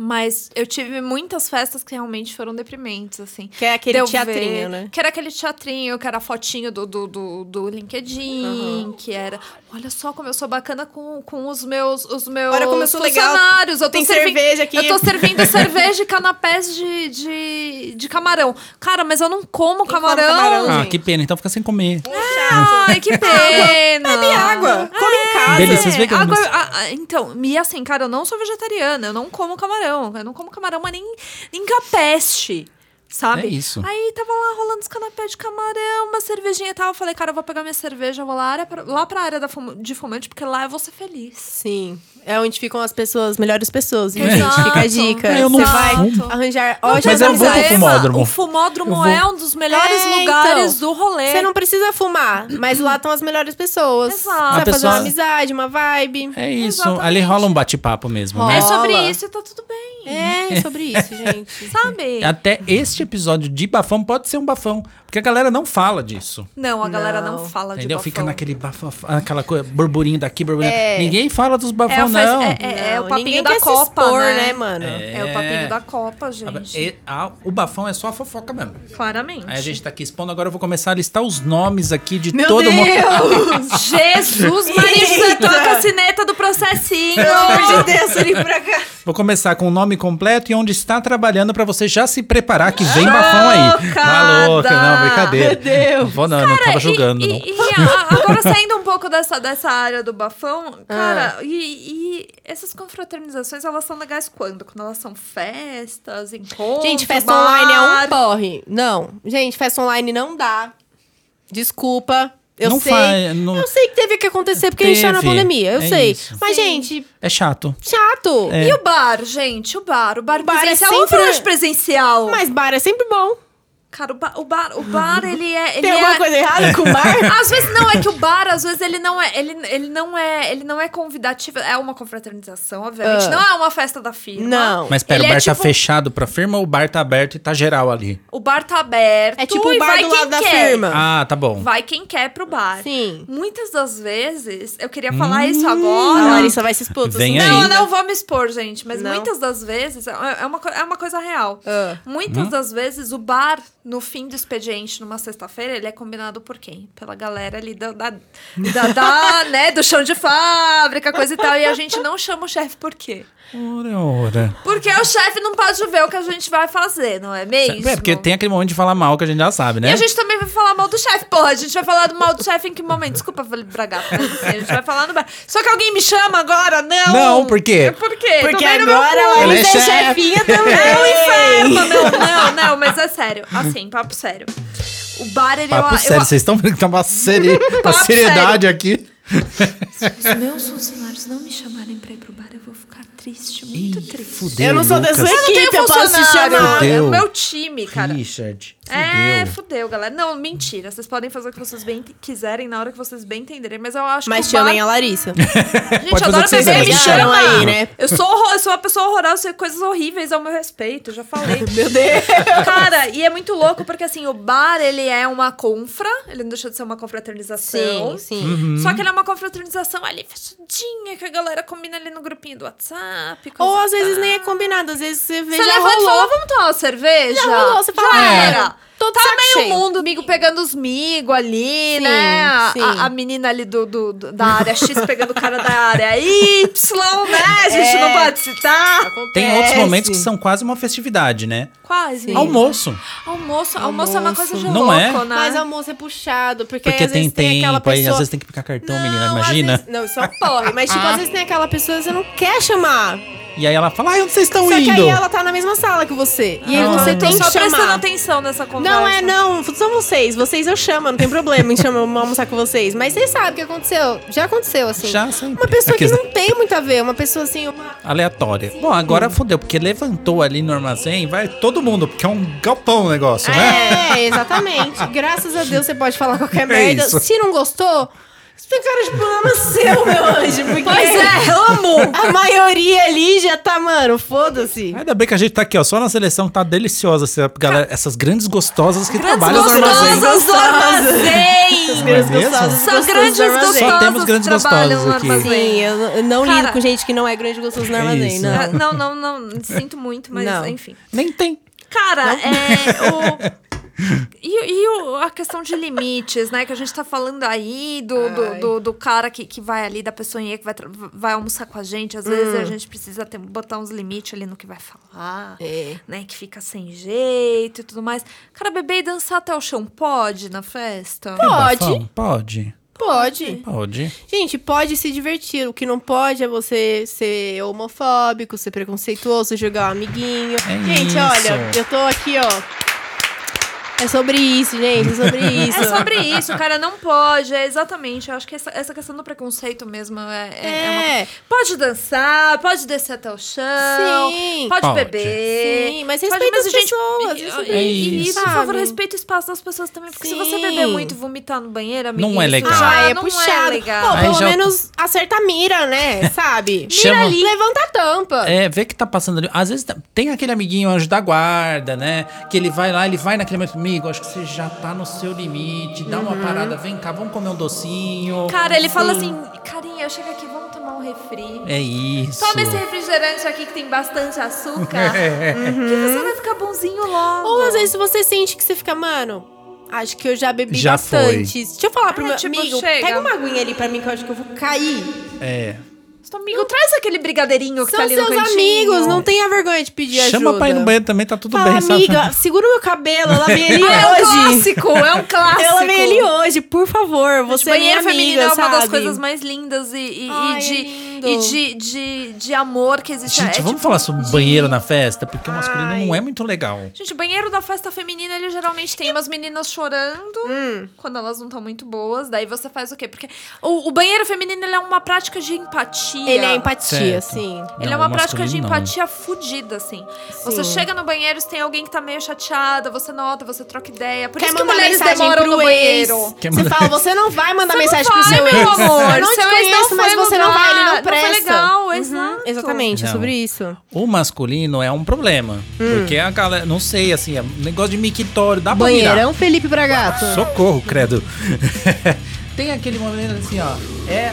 S2: Mas eu tive muitas festas que realmente foram deprimentes, assim.
S3: Que é aquele
S2: Deu
S3: teatrinho,
S2: ver,
S3: né?
S2: Que era aquele teatrinho, que era a fotinho do, do, do, do LinkedIn, que era. Olha só como eu sou bacana com, com os meus, os meus
S3: Olha como eu sou legal,
S2: funcionários. Eu tô
S3: tem
S2: servindo-
S3: cerveja aqui.
S2: Eu tô servindo cerveja e canapés de, de, de camarão. Cara, mas eu não como
S3: come
S2: camarão.
S3: camarão?
S1: Ah,
S3: gente. Ah,
S1: que pena. Então fica sem comer.
S2: Ai, que pena.
S3: Bebe água. Come em casa.
S1: Delícia. Delícias
S2: É,
S1: veganas.
S2: água- a- a- então, e assim, cara, eu não sou vegetariana, eu não como camarão. Eu não como camarão, mas nem, nem capeste. Sabe?
S1: É isso.
S2: Aí tava lá rolando os canapés de camarão, uma cervejinha e tal. Eu falei, cara, eu vou pegar minha cerveja, eu vou lá, área pra, lá pra área da fumo- de fumante, porque lá eu vou ser feliz.
S3: Sim. É onde ficam as pessoas, melhores pessoas, viu,
S2: Exato.
S3: gente? Fica a dica.
S1: Eu não
S3: Você vai
S2: fumo.
S3: arranjar é ótimas
S1: Mas eu vou pro
S3: amizades.
S2: Ema,
S1: fumódromo.
S2: O fumódromo
S1: Eu vou.
S2: é um dos melhores
S3: É,
S2: lugares
S3: então.
S2: do rolê.
S3: Você não precisa fumar, mas lá estão as melhores pessoas.
S2: Exato.
S3: Você vai
S2: A
S3: fazer
S1: pessoa-
S3: uma amizade, uma vibe.
S1: É isso.
S2: Exatamente.
S1: Ali rola um bate-papo mesmo.
S3: Rola.
S2: É
S1: né?
S2: sobre
S3: Rola.
S2: isso e tá tudo bem.
S3: É sobre isso, gente.
S2: Sabe?
S1: É. Até este episódio de bafão pode ser um bafão. Porque a galera não fala disso.
S2: Não, a galera não,
S3: Não.
S2: fala
S1: entendeu?
S2: de
S1: Fica
S2: bafão.
S1: naquele bafão, aquela coisa, burburinho daqui, burburinho. Ninguém fala dos
S2: É,
S1: bafão,
S2: o faz-
S1: não.
S2: é- é- é o
S3: Não,
S2: papinho
S3: ninguém
S2: da
S3: quer se
S2: Copa,
S3: expor,
S2: né?
S3: mano?
S2: É o papinho da Copa, gente.
S1: E- ah, o bafão é só a fofoca mesmo.
S2: Claramente.
S1: Aí a gente tá aqui expondo, agora eu vou começar a listar os nomes aqui de
S3: Meu
S1: todo
S3: Deus!
S1: mundo.
S2: Jesus, Maria José toca a sineta do processinho.
S3: Pelo amor de Deus, ele pra cá.
S1: Vou começar com o nome completo e onde está trabalhando pra você já se preparar que vem bafão aí.
S2: Chocada!
S1: Maluca, não, brincadeira.
S3: Meu Deus!
S1: Não vou não, eu não tava julgando. não.
S2: E, e a- agora saindo um pouco dessa, dessa área do
S3: Ah.
S2: bafão, cara, e, e essas confraternizações, elas são legais quando? Quando elas são festas, encontros,
S3: Gente, festa
S2: bar.
S3: online é um porre. Não. Gente, festa online não dá. Desculpa. Eu
S1: Não
S3: sei.
S1: faz- não-
S3: Eu sei que teve que acontecer porque a gente tá na
S1: Teve,
S3: pandemia. Eu
S1: é
S3: sei.
S1: isso.
S3: Mas,
S2: Sim.
S3: gente,
S1: É chato.
S3: chato.
S2: E o bar, gente? O bar. O bar,
S3: O bar é
S2: presencial ou
S3: sempre-
S2: o bar presencial?
S3: Mas bar é sempre bom.
S2: Cara, o bar, o bar, o bar ele é... Ele
S3: Tem
S2: é...
S3: alguma coisa errada com o bar?
S2: Às vezes não é que o bar, às vezes ele não é, ele, ele não é, ele não é convidativo. É uma confraternização, obviamente.
S3: Ah.
S2: Não é uma festa da firma.
S3: Não.
S1: Mas pera,
S2: Ele
S1: o bar
S2: é
S1: tá
S2: tipo-
S1: fechado pra firma ou o bar tá aberto e tá geral ali?
S2: O bar tá aberto.
S3: É tipo
S2: e
S3: o bar
S2: vai
S3: do
S2: quem
S3: lado da
S2: quer.
S3: firma.
S1: Ah, tá bom.
S2: Vai quem quer pro bar.
S3: Sim.
S2: Muitas das vezes, eu queria falar isso
S3: A
S2: agora.
S3: Larissa vai se expor. tô
S1: Vem
S3: sentindo.
S1: aí.
S2: Não,
S1: ainda.
S2: eu não vou me expor, gente, mas
S3: Não?
S2: muitas das vezes, é é uma, co- é uma coisa real.
S3: Ah.
S2: Muitas
S1: Hum.
S2: das vezes o bar no fim do expediente, numa sexta-feira, ele é combinado por quem? Pela galera ali da, da, da- da, né, do chão de fábrica, coisa e tal. E a gente não chama o chefe por quê?
S1: Ora, ora.
S2: Porque o chefe não pode ver o que a gente vai fazer, não é mesmo?
S1: É, porque tem aquele momento de falar mal que a gente já sabe,
S2: E
S1: né?
S2: a gente também vai falar mal do chefe, porra. A gente vai falar do mal do chefe em que momento? Desculpa, eu falei bragar. mas assim, A gente vai falar no bar. Só que alguém me chama agora, não.
S1: Não, por quê?
S2: Por quê?
S3: Porque
S2: Não vem no meu
S3: agora
S2: cu.
S3: ela
S1: Ela
S3: é
S1: é chefe.
S3: chefinha também.
S2: Não, não, um não, não, mas é sério. Assim, papo sério. O bar, ele...
S1: Papo
S2: eu-
S1: sério,
S2: eu-
S1: vocês estão vendo que tá uma, seri... uma
S2: Papo
S1: seriedade aqui.
S2: Se os meus funcionários não me chamarem pra ir pro bar, eu vou ficar triste, muito triste.
S1: Fudeu,
S3: eu não sou da sua
S1: Lucas.
S2: Eu não tenho
S3: equipe, eu posso te chamar.
S2: funcionário, é o
S1: Fudeu.
S2: meu time, cara.
S1: Richard, fudeu.
S2: É, fudeu, galera. Não, mentira. Vocês podem fazer o que vocês bem quiserem na hora que vocês bem entenderem, mas eu acho
S3: Mas
S2: que. o bar-
S3: chamem a Larissa.
S2: Gente,
S1: Pode
S2: eu
S1: fazer o
S2: adoro
S1: que vocês
S2: beber, me
S1: quiserem.
S2: chama
S3: aí, né?
S2: Eu sou, horror- eu sou uma pessoa horrorosa, eu sei coisas horríveis ao meu respeito, eu já falei.
S3: Meu Deus.
S2: Cara, e é muito louco porque assim, o bar, ele é uma confra, ele não deixa de ser uma confraternização.
S3: Sim, sim.
S1: Uhum.
S2: Só que ele é uma confraternização ali fechadinha, que a galera combina ali no grupinho do WhatsApp. coisa
S3: Ou às
S2: e
S3: vezes
S2: tal.
S3: nem é combinado, às vezes você vê
S2: Você
S3: já
S2: levanta e
S3: rolou.
S2: fala, vamos tomar uma cerveja?
S3: Já rolou, você fala, é."
S2: Já
S1: "Ah,
S2: era.
S3: tô de
S2: Tá
S3: saco
S2: meio
S3: cheio."
S2: mundo, amigo pegando os migos ali,
S3: Sim,
S2: né? A-
S3: sim.
S2: A, a menina ali do, do- do- da área X pegando o cara da área Y, né? A gente
S3: É.
S2: não pode citar.
S1: Tem outros momentos que são quase uma festividade, né?
S2: Quase.
S1: Almoço.
S2: Almoço, almoço é uma coisa de
S1: Não
S2: louco,
S1: é?
S2: né?
S3: Mas almoço é puxado, porque,
S1: Porque
S3: às
S1: tem
S3: vezes tem, aquela
S1: tempo, aí
S3: pessoa...
S1: às vezes tem que picar cartão,
S3: Não,
S1: menina,
S3: às
S1: imagina.
S3: vezes- Não, isso é um porre. Mas,
S2: Ah.
S3: tipo, às vezes tem aquela pessoa que você não quer chamar.
S1: E aí ela fala, ai, onde vocês estão
S3: Só que
S1: indo? Ah,
S3: aí ela tá na mesma sala que você. E aí
S2: Eu
S3: você
S2: tô
S3: tem
S2: só
S3: que
S2: prestando
S3: chamar.
S2: atenção nessa conversa.
S3: Não, é, não. São vocês. Vocês eu chamo, não tem problema em chamar vamos almoçar com vocês. Mas vocês sabem o que aconteceu. Já aconteceu, assim.
S1: Já sempre. É
S3: Uma pessoa que
S1: Aqueles-
S3: não tem muito a ver. Uma pessoa, assim, uma...
S1: Aleatória. Bom, agora fodeu, porque levantou ali no armazém, vai todo mundo, porque é um galpão o negócio, né?
S3: É, exatamente. Graças a Deus você pode falar qualquer merda.
S1: É isso.
S3: Se não gostou, isso tem cara de problema seu, meu anjo. Porque
S2: Pois é, amo!
S3: a maioria ali já tá, mano, foda-se.
S1: Ainda bem que a gente tá aqui, ó, só na seleção que tá deliciosa essa galera, essas grandes gostosas que trabalham no armazém.
S2: Gostosas do
S1: Não
S2: armazém!
S1: é mesmo?
S2: São grandes gostosas.
S1: Só temos grandes
S2: que trabalham
S1: gostosas
S2: no
S1: aqui.
S2: armazém.
S3: Sim, eu não- eu não
S2: Cara-
S3: lido com gente que não é grande gostoso no
S1: É
S3: armazém,
S1: isso.
S3: não.
S2: Ah, Não, não, não. Sinto muito, mas
S3: Não.
S2: enfim.
S1: Nem tem.
S2: Cara, é. O... E, e o- a questão de limites, né? Que a gente tá falando aí do, do,
S3: Ai.
S2: do- do cara que, que vai ali, da pessoinha que vai, tra- vai almoçar com a gente. Às vezes a gente precisa ter- botar uns limites ali no que vai falar,
S3: É.
S2: né? Que fica sem jeito e tudo mais. Cara, beber e dançar até o chão pode na festa?
S3: Pode.
S1: Bafão, Pode.
S3: Pode.
S1: Pode.
S3: Gente, pode se divertir. O que não pode é você ser homofóbico, ser preconceituoso, jogar um amiguinho.
S1: É
S3: gente,
S1: isso.
S3: olha, eu tô aqui, ó. É sobre isso, gente. É sobre isso.
S2: É sobre isso, o cara não pode, é exatamente. Eu acho que essa, essa questão do preconceito mesmo é, é- é uma
S3: É.
S2: Pode dançar, pode descer até o chão.
S3: Sim.
S2: Pode,
S1: Pode.
S2: beber.
S3: Sim, mas
S2: Pode,
S3: respeita
S2: mas,
S3: as
S2: gente,
S3: pessoas,
S2: e-
S3: é sobre
S2: E, e,
S1: isso.
S2: por favor,
S3: Sabe?
S2: respeita o espaço das pessoas também. Porque se você
S3: Sim.
S2: beber muito e vomitar no banheiro, amigo,
S1: Não é legal.
S3: Já é
S2: não
S3: puxado.
S2: É legal.
S3: Pô,
S1: Aí
S3: pelo
S1: já-
S3: menos acerta a mira, né? Sabe? Mira
S1: Chama-
S3: ali, levanta a tampa.
S1: É, vê que tá passando ali. Às vezes tá- tem aquele amiguinho anjo da guarda, né? Que ele vai lá, ele vai naquele momento, amigo, acho que você já tá no seu limite, dá
S2: Uhum.
S1: uma parada, vem cá, vamos comer um docinho.
S2: Cara, ele fala assim: carinha, chega aqui, vamos tomar um refri.
S1: É isso.
S2: Toma esse refrigerante aqui que tem bastante açúcar.
S1: É.
S2: Que você vai ficar bonzinho logo.
S3: Ou às vezes você sente que você fica, mano. Acho que eu já bebi
S1: Já
S3: bastante. Deixa eu falar pro
S2: É,
S3: meu
S2: tipo,
S3: amigo.
S2: chega.
S3: Pega uma aguinha ali pra mim que eu acho que eu vou cair.
S1: É.
S2: Seu amigo, traz aquele brigadeirinho que
S3: São
S2: tá ali
S3: seus
S2: no cantinho.
S3: amigos, não tenha vergonha de pedir ajuda.
S1: Chama pra ir no banheiro também, tá tudo
S3: Fala,
S1: bem, sabe?
S3: amiga, segura o meu cabelo, eu lavei ele
S2: Ah, é um
S3: hoje.
S2: clássico, é um clássico.
S3: Eu lavei ele hoje, por favor.
S2: Gente,
S3: Você é minha
S2: banheiro
S3: amiga,
S2: feminino é uma
S3: sabe?
S2: das coisas mais lindas e, e- e
S3: Ai, é
S2: de,
S3: lindo.
S2: e de, de, de amor que existe.
S1: Gente,
S2: É
S1: vamos
S2: tipo-
S1: falar sobre banheiro na festa, porque o masculino
S3: Ai.
S1: não é muito legal.
S2: Gente, o banheiro da festa feminina, ele geralmente tem umas meninas chorando
S3: Hum.
S2: quando elas não estão muito boas. Daí você faz o quê? Porque o, o banheiro feminino, ele é uma prática de empatia.
S3: Ele é empatia, assim.
S1: Certo.
S3: sim.
S2: Ele
S1: Não,
S2: é uma
S1: o
S2: prática de
S1: masculino não.
S2: empatia fudida, assim. Você
S3: Sim.
S2: chega no banheiro, se tem alguém que tá meio chateada, você nota, você troca ideia. Por
S3: Quer
S2: isso que
S3: mandar
S2: mulheres
S3: mensagem
S2: demoram no
S3: pro ex.
S2: banheiro.
S1: Quer
S3: Você
S1: mandar-
S3: fala, você não vai mandar
S2: Você
S3: mensagem
S2: não
S3: pro seu
S2: vai,
S3: ex.
S2: meu amor.
S3: Eu
S2: Seu
S3: não te
S2: Tipo assim, ex não
S3: conheço, mas
S2: foi
S3: você não vai, ele
S2: lugar,
S3: não
S2: não foi
S3: presta.
S2: legal,
S3: Uhum,
S2: exato.
S3: Exatamente, é
S1: Não.
S3: sobre isso.
S1: O masculino é um problema.
S2: Hum.
S1: Porque a galera, não sei, assim, é um negócio de mictório, dá pra
S2: é
S1: virar.
S3: Banheirão Felipe Bragato.
S1: Socorro, credo. Tem aquele momento assim, ó. É.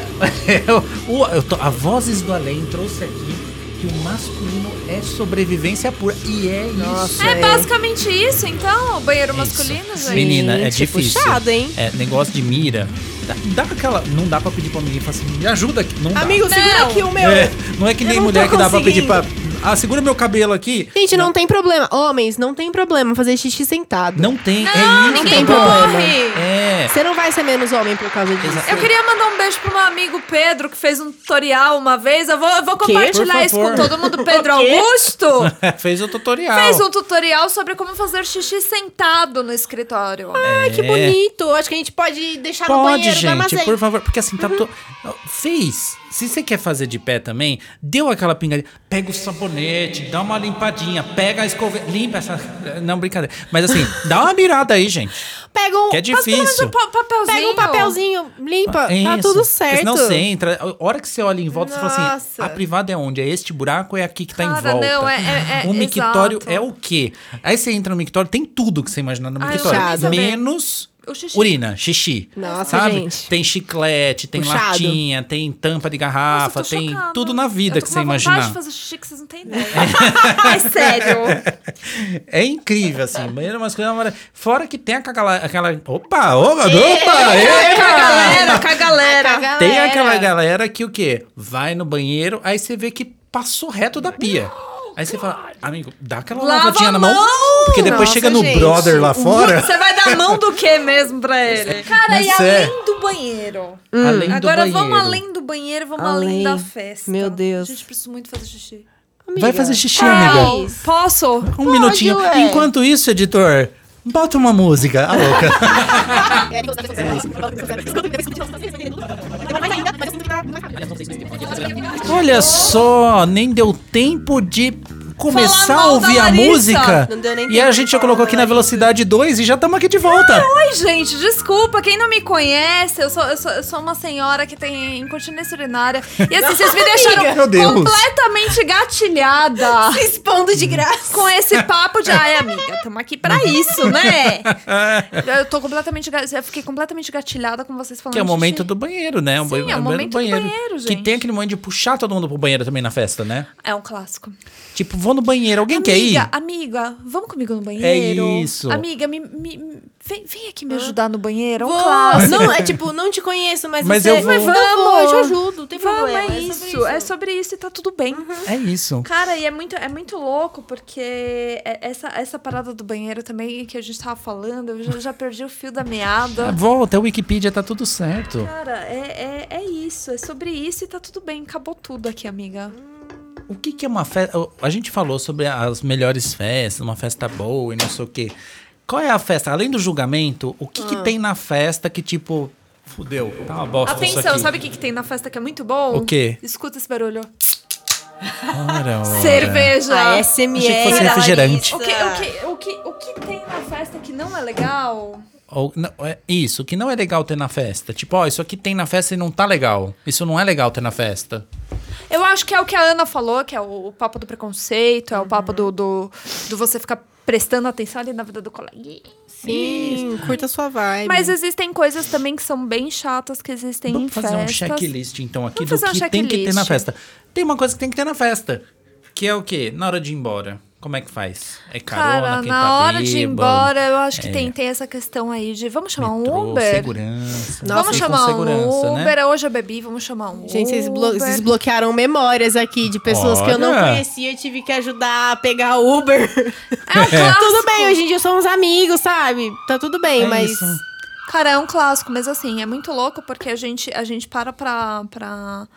S1: é o- o- eu tô- a Vozes do Além trouxe aqui que o masculino é sobrevivência pura. E é isso.
S2: É basicamente isso, então, o banheiro masculino,
S1: Isso.
S2: gente.
S1: Menina, é
S3: Gente, é
S1: difícil.
S3: puxado, hein?
S1: É, negócio de mira. Dá, dá aquela. Não dá pra pedir pra ninguém e falar assim, me ajuda aqui. Não dá.
S3: Amigo, segura
S2: Não.
S3: aqui o meu.
S1: É, não é que
S3: eu
S1: nem
S3: não tô
S1: mulher que dá pra pedir
S3: conseguindo.
S1: pra. Ah, segura meu cabelo aqui.
S3: Gente, não tem problema. Homens, não tem problema fazer xixi sentado.
S1: Não tem.
S2: Não,
S1: é isso.
S2: ninguém
S3: tem problema.
S2: morre.
S1: É.
S3: Você não vai ser menos homem por causa disso.
S1: Exato.
S2: Eu queria mandar um beijo pro meu amigo Pedro, que fez um tutorial uma vez. Eu vou, eu vou
S3: Quê?
S2: compartilhar
S1: Por
S2: isso com
S1: favor.
S2: todo mundo. Pedro Augusto
S1: Fez o tutorial.
S2: fez um tutorial sobre como fazer xixi sentado no escritório.
S3: Ai, que bonito. Acho que a gente pode deixar Tá
S1: É.
S3: no
S1: Pode,
S3: banheiro do
S1: gente,
S3: armazém.
S1: por favor. Porque assim,
S3: Uhum.
S1: tá to... Fez. Se você quer fazer de pé também, deu aquela pingadinha. Pega o sabonete, dá uma limpadinha, pega a escova, limpa essa. Não, brincadeira. Mas assim, dá uma mirada aí, gente.
S3: Pega um,
S1: Que é
S2: Mas pelo menos
S1: difícil.
S2: um pa- papelzinho.
S3: pega um papelzinho, limpa. Tá
S1: Isso.
S3: tudo
S1: Porque
S3: certo.
S1: Senão você entra. A hora que você olha em volta, você fala assim:
S3: Nossa.
S1: a privada é onde? É este buraco, é aqui que tá em
S2: Cara,
S1: volta.
S2: não, é- é- é-
S1: o mictório
S2: exato.
S1: é o quê? Aí você entra no mictório, tem tudo que você imaginar no
S2: Ah, eu
S1: mictório.
S3: quero
S2: saber.
S1: menos
S2: O xixi.
S1: urina, xixi.
S3: Nossa,
S1: sabe?
S3: gente.
S1: Tem chiclete, tem
S3: Puxado.
S1: latinha, tem tampa de
S2: Nossa, eu
S1: garrafa,
S2: tô
S1: tem
S2: chocada.
S1: tudo na vida
S2: Eu tô
S1: que
S2: com
S1: você
S2: uma vontade
S1: imaginar.
S2: de fazer xixi que vocês não têm ideia. Mas sério.
S1: É incrível, assim. Banheiro masculino é uma maravilha. Fora que tem aquela. aquela opa, opa, opa!
S2: Com a
S1: Eita!
S2: galera, com a galera.
S1: Tem aquela galera que o quê? Vai no banheiro, aí você vê que passou reto da pia. Aí você fala, amigo, dá aquela
S2: Lava
S1: lavadinha
S2: a
S1: na mão.
S2: mão!
S1: Porque depois
S3: Nossa,
S1: chega no
S3: gente.
S1: brother lá fora.
S2: Você vai dar a mão do que mesmo pra ele? Cara,
S1: Mas
S2: e
S1: é.
S2: além do banheiro?
S1: Além do
S2: Agora
S1: banheiro.
S2: vamos além do banheiro, vamos além.
S3: Além.
S2: da festa.
S3: Meu Deus.
S2: Gente, preciso muito fazer xixi.
S1: Vai fazer xixi, amiga.
S2: Não, Posso?
S1: Um minutinho.
S3: ué.
S1: Enquanto isso, editor, bota uma música. A louca. Olha só, nem deu tempo de começar a
S2: Falar mal
S1: ouvir
S2: da
S1: a
S2: Larissa.
S1: música.
S3: Não deu nem
S1: e a
S3: tempo
S1: gente
S3: de
S1: já colocou
S3: falar
S1: aqui
S3: da
S1: na velocidade 2 e já estamos aqui de volta.
S2: Ai, gente, desculpa. Quem não me conhece, eu sou, eu sou, eu sou uma senhora que tem incontinência urinária. E assim, vocês me deixaram
S1: Meu Deus.
S2: completamente gatilhada.
S3: Expondo de graça.
S2: Com esse papo de, ai, amiga, tamo aqui pra
S1: Uhum.
S2: isso, né?
S1: É.
S2: Eu tô completamente, ga- eu fiquei completamente gatilhada com vocês falando
S1: Que é o
S2: de
S1: momento
S2: xixi.
S1: do banheiro, né?
S2: Sim, é o momento do banheiro,
S1: Que
S2: gente.
S1: tem aquele momento de puxar todo mundo pro banheiro também na festa, né?
S2: É um clássico.
S1: Tipo, vou no banheiro, alguém quer ir? É
S2: Amiga, amiga, vamos comigo no banheiro?
S1: isso.
S2: Amiga, me, me- me- vem, vem aqui me ajudar no banheiro. É um
S3: Vou.
S2: clássico.
S3: Não, é tipo, não te conheço, mas,
S1: Mas
S3: você...
S1: eu vou. Mas
S2: vamos.
S3: eu te ajudo, não tem
S2: Vamos,
S3: problema.
S2: é
S3: sobre
S2: isso. É sobre isso e tá tudo bem.
S1: É isso.
S2: Cara, e é muito, é muito louco, porque é- essa, essa parada do banheiro também que a gente tava falando, eu já, já perdi o fio da meada.
S1: Volta, a Wikipedia tá tudo certo.
S2: Cara, é, é, é isso. É sobre isso e tá tudo bem. Acabou tudo aqui, amiga.
S1: O que, que é uma festa? A gente falou sobre as melhores festas, uma festa boa e não sei o quê. Qual é a festa? Além do julgamento, o que,
S2: Ah.
S1: que tem na festa que, tipo, fudeu, tá uma bosta isso
S2: Atenção,
S1: aqui.
S2: sabe o que, que tem na festa que é muito bom?
S1: O quê? Ah.
S2: Escuta esse barulho.
S1: Ora, ora.
S2: Cerveja.
S3: A SMR.
S1: Achei que fosse
S3: da
S1: refrigerante.
S2: O que, o,
S3: Larissa.
S2: que, o, que, o que tem na festa que não é legal?
S1: Ou- não, é isso, que não é legal ter na festa. Tipo, ó, isso aqui tem na festa e não tá legal. Isso não é legal ter na festa.
S2: Eu acho que é o que a Ana falou, que é o, o papo do preconceito, é o papo do, do, do você ficar prestando atenção ali na vida do coleguinha.
S3: Sim, curta a sua vibe.
S2: Mas existem coisas também que são bem chatas que existem em
S1: Vamos fazer um
S2: festas.
S1: checklist, então, aqui
S2: Vamos
S1: do
S2: fazer um
S1: que tem que ter na
S2: checklist.
S1: festa. Tem uma coisa que tem que ter na festa, que é o quê? Na hora de ir embora. Como é que faz? É carona,
S2: Cara,
S1: quem
S2: na
S1: tá
S2: hora de ir
S1: bêbado,
S2: embora, eu acho que
S1: é.
S2: tem, tem essa questão aí de vamos chamar
S1: metrô,
S2: um Uber?
S1: segurança.
S3: Nossa,
S2: vamos
S1: e com
S2: chamar
S1: segurança,
S2: um
S1: né?
S2: Uber, hoje eu bebi, vamos chamar um
S3: Gente, vocês blo-
S2: Uber.
S3: vocês bloquearam memórias aqui de pessoas que eu não
S1: Olha.
S3: conhecia e tive que ajudar a pegar Uber.
S2: É um clássico.
S3: tudo bem, hoje em dia somos amigos, sabe? Tá tudo bem,
S1: É
S3: mas.
S1: isso.
S2: Cara, é um clássico, mas assim, é muito louco porque a gente, a gente para pra, pra,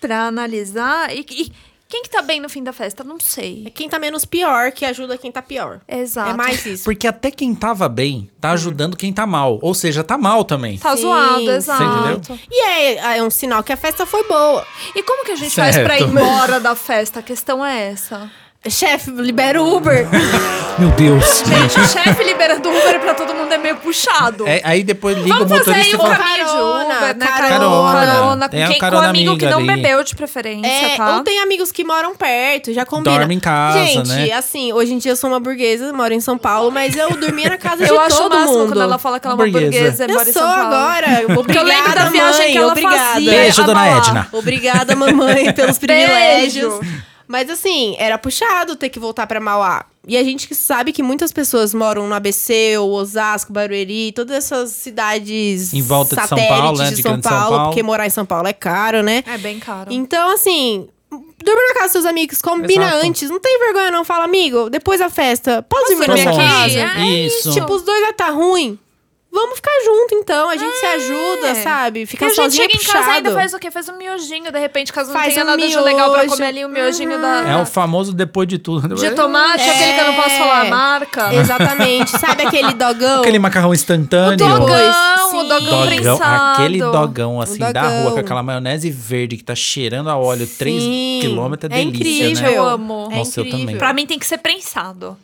S2: pra analisar. E, e quem que tá bem no fim da festa? Não
S3: É
S2: sei.
S3: quem tá menos pior que ajuda quem tá pior.
S2: Exato.
S3: É mais isso.
S1: Porque até quem tava bem tá ajudando quem tá mal. Ou seja, tá mal também.
S2: Tá
S3: Sim,
S2: zoado,
S3: você
S2: exato.
S3: E é, é um sinal que a festa foi boa.
S2: E como que a gente faz
S1: Certo.
S2: pra ir embora da festa? A questão é essa.
S3: Chefe, libera o Uber.
S1: Meu Deus.
S2: Gente, o chefe liberando Uber pra todo mundo é meio puxado.
S1: É, aí depois liga
S2: Vamos
S1: o
S2: fazer aí
S1: motorista
S2: um
S1: e fala...
S2: caminho de
S3: Carona,
S2: Uber, né?
S3: carona.
S2: carona.
S1: Tem a
S2: com quem,
S1: carona
S2: com um amigo que
S1: amiga
S2: não
S1: ali.
S2: bebeu de preferência,
S3: É,
S2: tá?
S3: ou tem amigos que moram perto, já combina.
S1: Dorme em casa,
S3: Gente,
S1: né?
S3: assim, hoje em dia eu sou uma burguesa, moro em São Paulo, mas eu dormia na casa de
S2: Eu acho o
S3: todo
S2: máximo
S3: mundo.
S2: quando ela fala que ela é uma
S1: Burguesa.
S2: burguesa e
S3: eu
S2: mora em
S3: sou
S2: São Paulo.
S3: agora.
S2: Porque eu lembro
S3: Obrigada,
S2: da viagem
S3: mãe,
S2: que ela
S3: obrigada.
S2: fazia.
S1: Beijo, dona
S2: Amor.
S1: Edna.
S3: Obrigada, mamãe, pelos privilégios. Mas assim, era puxado ter que voltar pra Mauá. E a gente que sabe que muitas pessoas moram no ABC, ou Osasco, Barueri, todas essas cidades
S1: Em volta de São
S3: satélites
S1: Paulo, né?
S3: de
S1: De
S3: São
S1: grande São
S3: Paulo,
S1: Paulo.
S3: porque morar em São Paulo é caro, né?
S2: É bem caro.
S3: Então, assim, durma na casa dos seus amigos, combina
S1: Exato.
S3: antes. Não tem vergonha, não. Fala, amigo, depois da festa,
S2: Então, assim,
S3: posso dormir na
S1: dormir
S3: minha
S1: aqui?
S3: casa?
S1: É isso.
S3: Tipo, os dois já tá ruim. Vamos ficar junto, então. A gente se ajuda, sabe?
S2: Porque
S3: Fica
S2: É. a gente
S3: sozinha
S2: chega
S3: é
S2: em casa ainda
S3: puxado.
S2: faz o quê? Faz um miojinho, de repente, caso não
S3: Faz
S2: tenha
S3: um
S2: nada de legal pra
S3: miojo.
S2: comer ali, o miojinho da...
S1: É o famoso depois de tudo.
S2: De tomate, aquele que eu não posso falar a
S3: É.
S2: marca.
S1: É
S3: Exatamente. Sabe aquele dogão?
S1: Aquele macarrão instantâneo.
S2: O
S3: Depois,
S2: dogão, o
S3: sim.
S2: dogão,
S1: Dogão,
S2: prensado.
S1: aquele dogão assim da
S3: dogão.
S1: rua com aquela maionese verde que tá cheirando a óleo 3
S3: Sim.
S1: km é
S3: É
S1: delícia,
S3: incrível.
S1: né?
S2: Eu amo.
S3: É
S1: Nossa, eu
S3: incrível.
S1: também.
S2: Pra mim tem que ser prensado.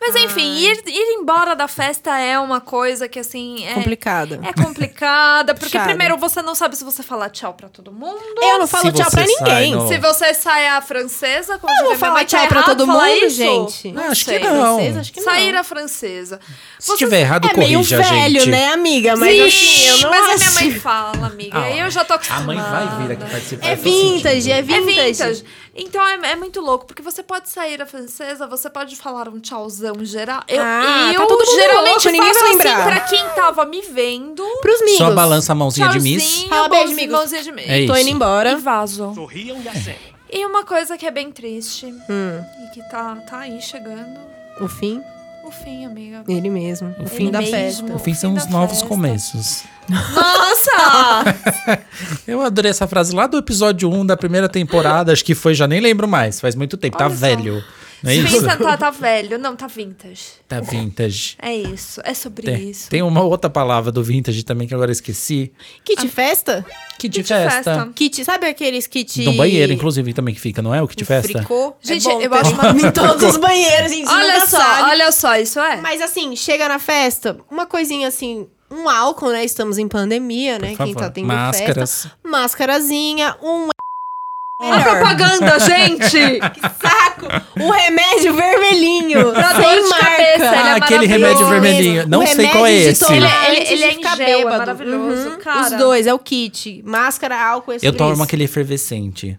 S2: Mas enfim, ir, ir embora da festa é uma coisa que assim... É
S3: Complicada.
S2: É complicada, porque
S3: Puxado.
S2: primeiro você não sabe se você fala tchau pra todo mundo.
S3: Eu não falo
S1: Se você
S3: tchau
S1: sai
S3: pra ninguém.
S1: no-
S2: Se você sai a francesa, como
S3: Eu vou falar
S2: tá
S3: tchau pra todo mundo, gente.
S2: Não,
S1: acho
S2: sei.
S1: que não.
S3: Francesa, acho que não.
S2: Sair a francesa.
S1: Se tiver errado,
S3: É meio
S1: corrija,
S3: velho,
S1: gente.
S3: né, amiga? Mas assim, eu não
S2: mas a
S3: assisti.
S2: minha mãe fala, amiga.
S1: Ah,
S2: eu já tô
S1: A
S2: acostumada.
S1: mãe vai vir aqui participar.
S3: É
S1: eu tô sentindo.
S3: vintage, é
S2: É
S3: vintage.
S2: vintage. Então é, é muito louco, porque você pode sair a francesa, você pode falar um tchauzão geral. Eu,
S3: Ah,
S2: eu
S3: tá todo mundo
S2: geralmente
S3: louco, ninguém
S2: faço
S3: vai
S2: assim
S3: lembrar.
S2: pra quem tava me vendo.
S3: Pros amigos.
S1: Só balança a mãozinha de Miss.
S2: Tchauzinho,
S3: Fala, beijo,
S2: mãozinha-
S3: amigos.
S2: mãozinha de Miss.
S1: É
S3: Tô
S1: isso.
S3: indo embora.
S2: E vaso.
S6: Sorriam e acendam.
S2: E uma coisa que é bem triste
S3: Hum.
S2: e que tá, tá aí chegando.
S3: O fim,
S2: O fim, amiga.
S3: ele mesmo. O fim
S2: Ele
S3: da
S2: mesmo.
S1: No
S3: festa.
S1: fim são
S2: Fim
S1: os
S2: da
S1: novos
S2: festa.
S1: começos.
S2: Nossa!
S1: Eu adorei essa frase lá do episódio 1 da primeira temporada, acho que foi, já nem lembro mais, faz muito tempo, tá
S2: Olha só.
S1: velho. Não é
S2: Se
S1: isso?
S2: pensa, tá, tá velho. Não, tá vintage.
S1: Tá vintage.
S2: É isso. É sobre
S1: Tem,
S2: isso.
S1: tem uma outra palavra do vintage também que agora eu esqueci.
S3: Kit festa?
S1: Kit,
S2: Kit
S1: festa.
S2: festa.
S3: Kit, sabe aqueles kit...
S1: No banheiro, inclusive, também que fica, não é o kit festa?
S3: Fricô?
S2: Um Gente,
S3: É bom
S2: eu
S3: ter
S2: acho uma-
S3: Em todos os banheiros, gente.
S2: Olha
S3: nunca
S2: só,
S3: sabe.
S2: olha só, isso é.
S3: Mas assim, chega na festa, uma coisinha assim, um álcool, né? Estamos em pandemia, né?
S1: Por
S3: Quem tá
S1: favor.
S3: tendo festa.
S1: Máscaras.
S3: Máscarazinha, um
S2: a
S3: melhor.
S2: propaganda, gente!
S3: saco, um remédio vermelhinho,
S2: Pra dor
S3: sem
S2: de
S3: marca.
S2: cabeça, ele é
S1: Ah, aquele
S2: maravilhoso.
S1: remédio
S2: Esse
S1: vermelhinho.
S3: mesmo.
S1: Não
S3: O
S1: sei qual é
S3: remédio de
S1: esse.
S3: tomar
S2: Ele- ele-
S3: antes
S2: ele
S3: de
S2: é em
S3: ficar
S2: gel, é
S3: bêbado.
S2: maravilhoso, cara.
S3: Os dois, é o kit. Máscara, álcool, é
S1: Eu
S3: sobre
S1: tomo
S3: isso.
S1: aquele efervescente.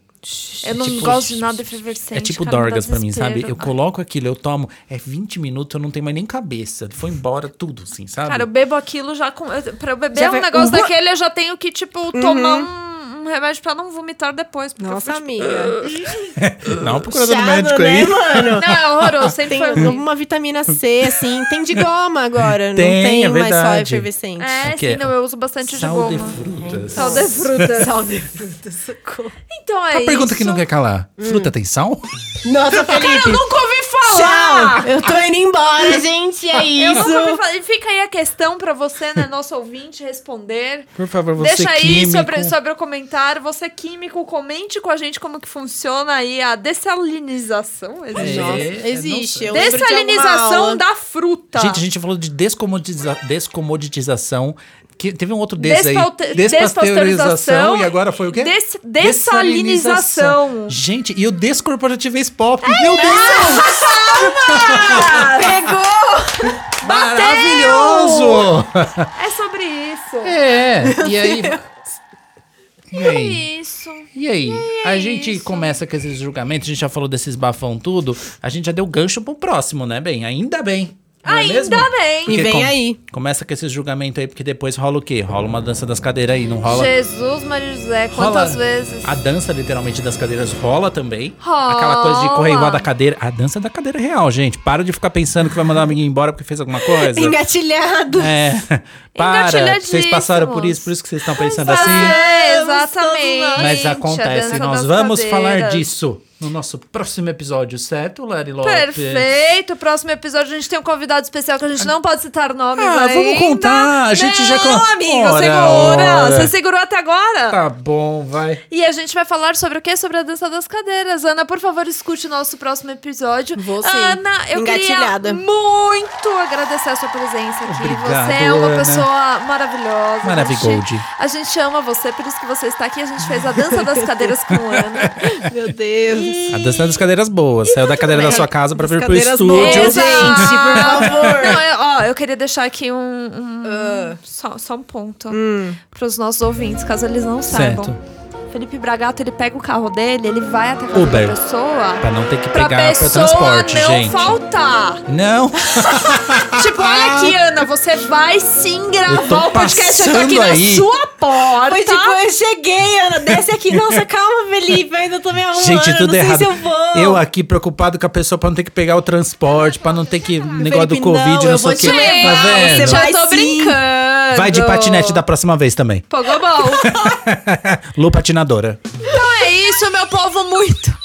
S2: Eu não
S1: Tipo-
S2: gosto de nada efervescente.
S1: É tipo
S2: cara, me dá
S1: Dorgas pra mim, sabe? Eu
S3: né?
S2: desespero.
S1: coloco aquilo, eu tomo. É 20 minutos, eu não tenho mais nem cabeça. Foi embora tudo, assim, sabe?
S2: Cara, eu bebo aquilo já com. eu- Pra eu beber
S3: Já
S2: um
S3: vai-
S2: negócio
S3: um go-
S2: daquele, eu já tenho que, tipo, tomar um, um remédio pra não vomitar depois. Porque
S3: Nossa,
S2: eu fico,
S3: amiga.
S1: Não, procurando no
S3: Chato,
S1: médico
S3: né,
S1: aí.
S3: mano?
S2: tipo, Não, é horroroso, sempre
S3: Tem
S2: foi ruim.
S3: uma vitamina C, assim. Tem de goma agora.
S1: Tem,
S3: não tem
S1: é
S3: mais só
S1: verdade.
S3: efervescente.
S2: É,
S1: É que é
S2: sim, não, eu uso bastante de
S1: Sal de
S2: goma.
S1: frutas.
S2: Sal
S3: é
S2: de frutas.
S3: Sal de fruta, socorro.
S2: Então é
S1: A pergunta
S2: isso.
S1: que não quer calar.
S3: Hum.
S1: Fruta tem sal?
S3: Nossa,
S2: Cara, eu
S3: Felipe.
S2: nunca ouvi falar!
S3: Tchau. Eu tô indo embora, gente. É
S2: Eu
S3: isso.
S2: nunca ouvi falar. E fica aí a questão pra você, né, nosso ouvinte, responder.
S1: Por favor, você
S2: Deixa aí
S1: químico.
S2: sobre, sobre o comentário. Você químico, comente com a gente como que funciona aí a dessalinização.
S1: É,
S2: Existe.
S3: Nossa,
S1: é, não
S3: existe.
S1: sei.
S3: Eu lembro de alguma
S2: Dessalinização
S3: aula.
S2: da fruta.
S1: Gente, a gente falou de descomodiza- descomoditização. Que teve um outro desse
S2: Despaute-
S1: aí. Despasteurização. E agora foi o quê?
S2: Des- dessalinização.
S1: Gente, e o descorporativismo pop. Meu Deus! Pegou! Maravilhoso!
S2: É sobre isso.
S1: É, e aí... E
S2: É
S1: aí?
S2: isso.
S1: E aí? a gente
S2: isso.
S1: começa com esses julgamentos, a gente já falou desses bafão tudo, a gente já deu gancho pro próximo, né, bem? Ainda bem. não é mesmo?
S2: Ainda Tá bem.
S1: Porque
S3: vem
S1: com-
S3: aí.
S1: Começa com esses julgamentos aí, porque depois rola o quê? Rola uma dança das cadeiras aí, não rola?
S2: Jesus, Maria José, quantas
S1: Rola.
S2: vezes?
S1: A dança, literalmente, das cadeiras rola também.
S2: Rola.
S1: Aquela coisa de correr igual da cadeira. A dança da cadeira é real, gente. Para de ficar pensando que vai mandar um amiguinho embora porque fez alguma coisa.
S3: Engatilhado.
S1: É. Para. Vocês
S2: Engatilhadíssimos.
S1: passaram por isso, por isso que vocês estão pensando assim.
S2: É,
S3: Vamos
S2: exatamente.
S3: todos nós.
S1: Mas
S2: A
S1: acontece,
S2: dança
S1: nós
S2: das
S1: vamos falar
S2: cadeiras.
S1: disso no nosso próximo episódio, certo, Lari Lopes?
S2: Perfeito. Próximo episódio a gente tem um convidado especial que a gente não pode citar nomes
S1: Ah,
S2: ainda.
S1: vamos contar, a gente
S2: não,
S1: já con-
S2: amigo,
S1: Ora,
S2: segura.
S1: ora.
S2: Você segurou até agora?
S1: Tá bom, vai.
S2: E a gente vai falar sobre o quê? Sobre a dança das cadeiras. Ana, por favor, escute o nosso próximo episódio.
S3: Vou sim.
S2: Ana, eu
S3: Engatilhada.
S2: queria muito agradecer a sua presença aqui.
S1: Obrigado,
S2: você é uma
S1: Ana.
S2: pessoa maravilhosa.
S1: Maravigold.
S2: A gente, a gente ama você, por isso que você está aqui. A gente fez a dança das cadeiras com Ana.
S3: Meu Deus.
S1: A dança é das cadeiras boas. Saiu da cadeira da sua casa pra
S3: é
S1: vir
S3: Das
S1: pro
S3: cadeiras
S1: estúdio.
S3: boas. gente, por favor. Ah.
S2: Não, eu, ó, eu queria deixar aqui um...
S3: Hum.
S2: um- só, só um ponto. Para os nossos ouvintes, caso eles não saibam.
S1: Certo.
S2: Felipe Bragato, ele pega o carro dele, ele vai até a casa
S1: Uber.
S2: da pessoa.
S1: Pra não ter que
S2: Pra
S1: pegar
S2: pessoa
S1: o transporte,
S2: não
S1: gente.
S2: faltar.
S3: um
S1: Não,
S2: tipo, olha aqui, Ana, você vai sim
S1: Eu
S2: gravar
S1: tô
S2: o podcast. Eu tô
S1: passando
S2: aqui
S1: aí.
S2: na sua porta.
S3: Foi tipo, eu cheguei, Ana, desce aqui. Nossa, calma, Felipe, ainda tô me arrumando.
S1: gente, tudo
S3: não
S1: errado.
S3: Sei se eu vou.
S1: aqui preocupado com a pessoa pra não ter que pegar o transporte, pra não ter que negócio do
S3: Felipe,
S1: Covid,
S3: não,
S1: não,
S3: eu
S1: sei o
S3: vou
S1: quê.
S3: te levar,
S1: Tá
S3: você
S1: vendo?
S3: vai
S2: Já tô
S3: sim.
S2: brincando.
S1: Vai de patinete da próxima vez também.
S2: Pogobol.
S1: Lu patinadora.
S2: então é isso, meu povo, muito.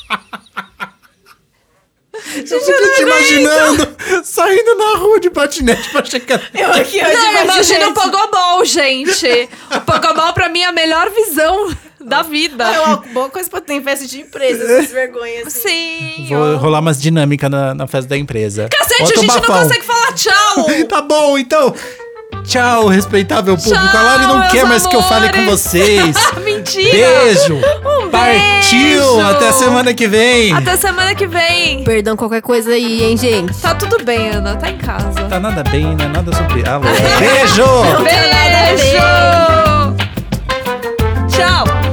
S1: Eu fico te imaginando saindo na rua de patinete pra chegar.
S3: Eu aqui hoje
S2: Não, eu
S3: imagino-
S2: imagino o Pogobol, gente. O Pogobol, pra mim, é a melhor visão da vida.
S3: É uma boa coisa pra ter em festa de empresa, essas vergonhas. assim.
S2: Sim.
S1: Vou rolar umas dinâmicas na, na festa da empresa.
S2: Cacete,
S1: Bota
S2: a
S1: o
S2: gente não
S1: bafão.
S2: consegue falar tchau.
S1: Tá bom, então. Tchau, respeitável público. a
S2: Tchau,
S1: Lari não
S2: meus
S1: quer mais que eu fale com
S2: amores.
S1: vocês.
S2: Mentira.
S1: Beijo.
S2: Um
S1: Partiu.
S2: beijo.
S1: Até semana que vem.
S2: Até semana que vem.
S3: Perdão qualquer coisa aí, hein, gente?
S2: Tá tudo bem, Ana. Tá em casa.
S1: Tá nada bem, né? Nada sobre. Ah, beijo.
S2: Beijo. Tchau.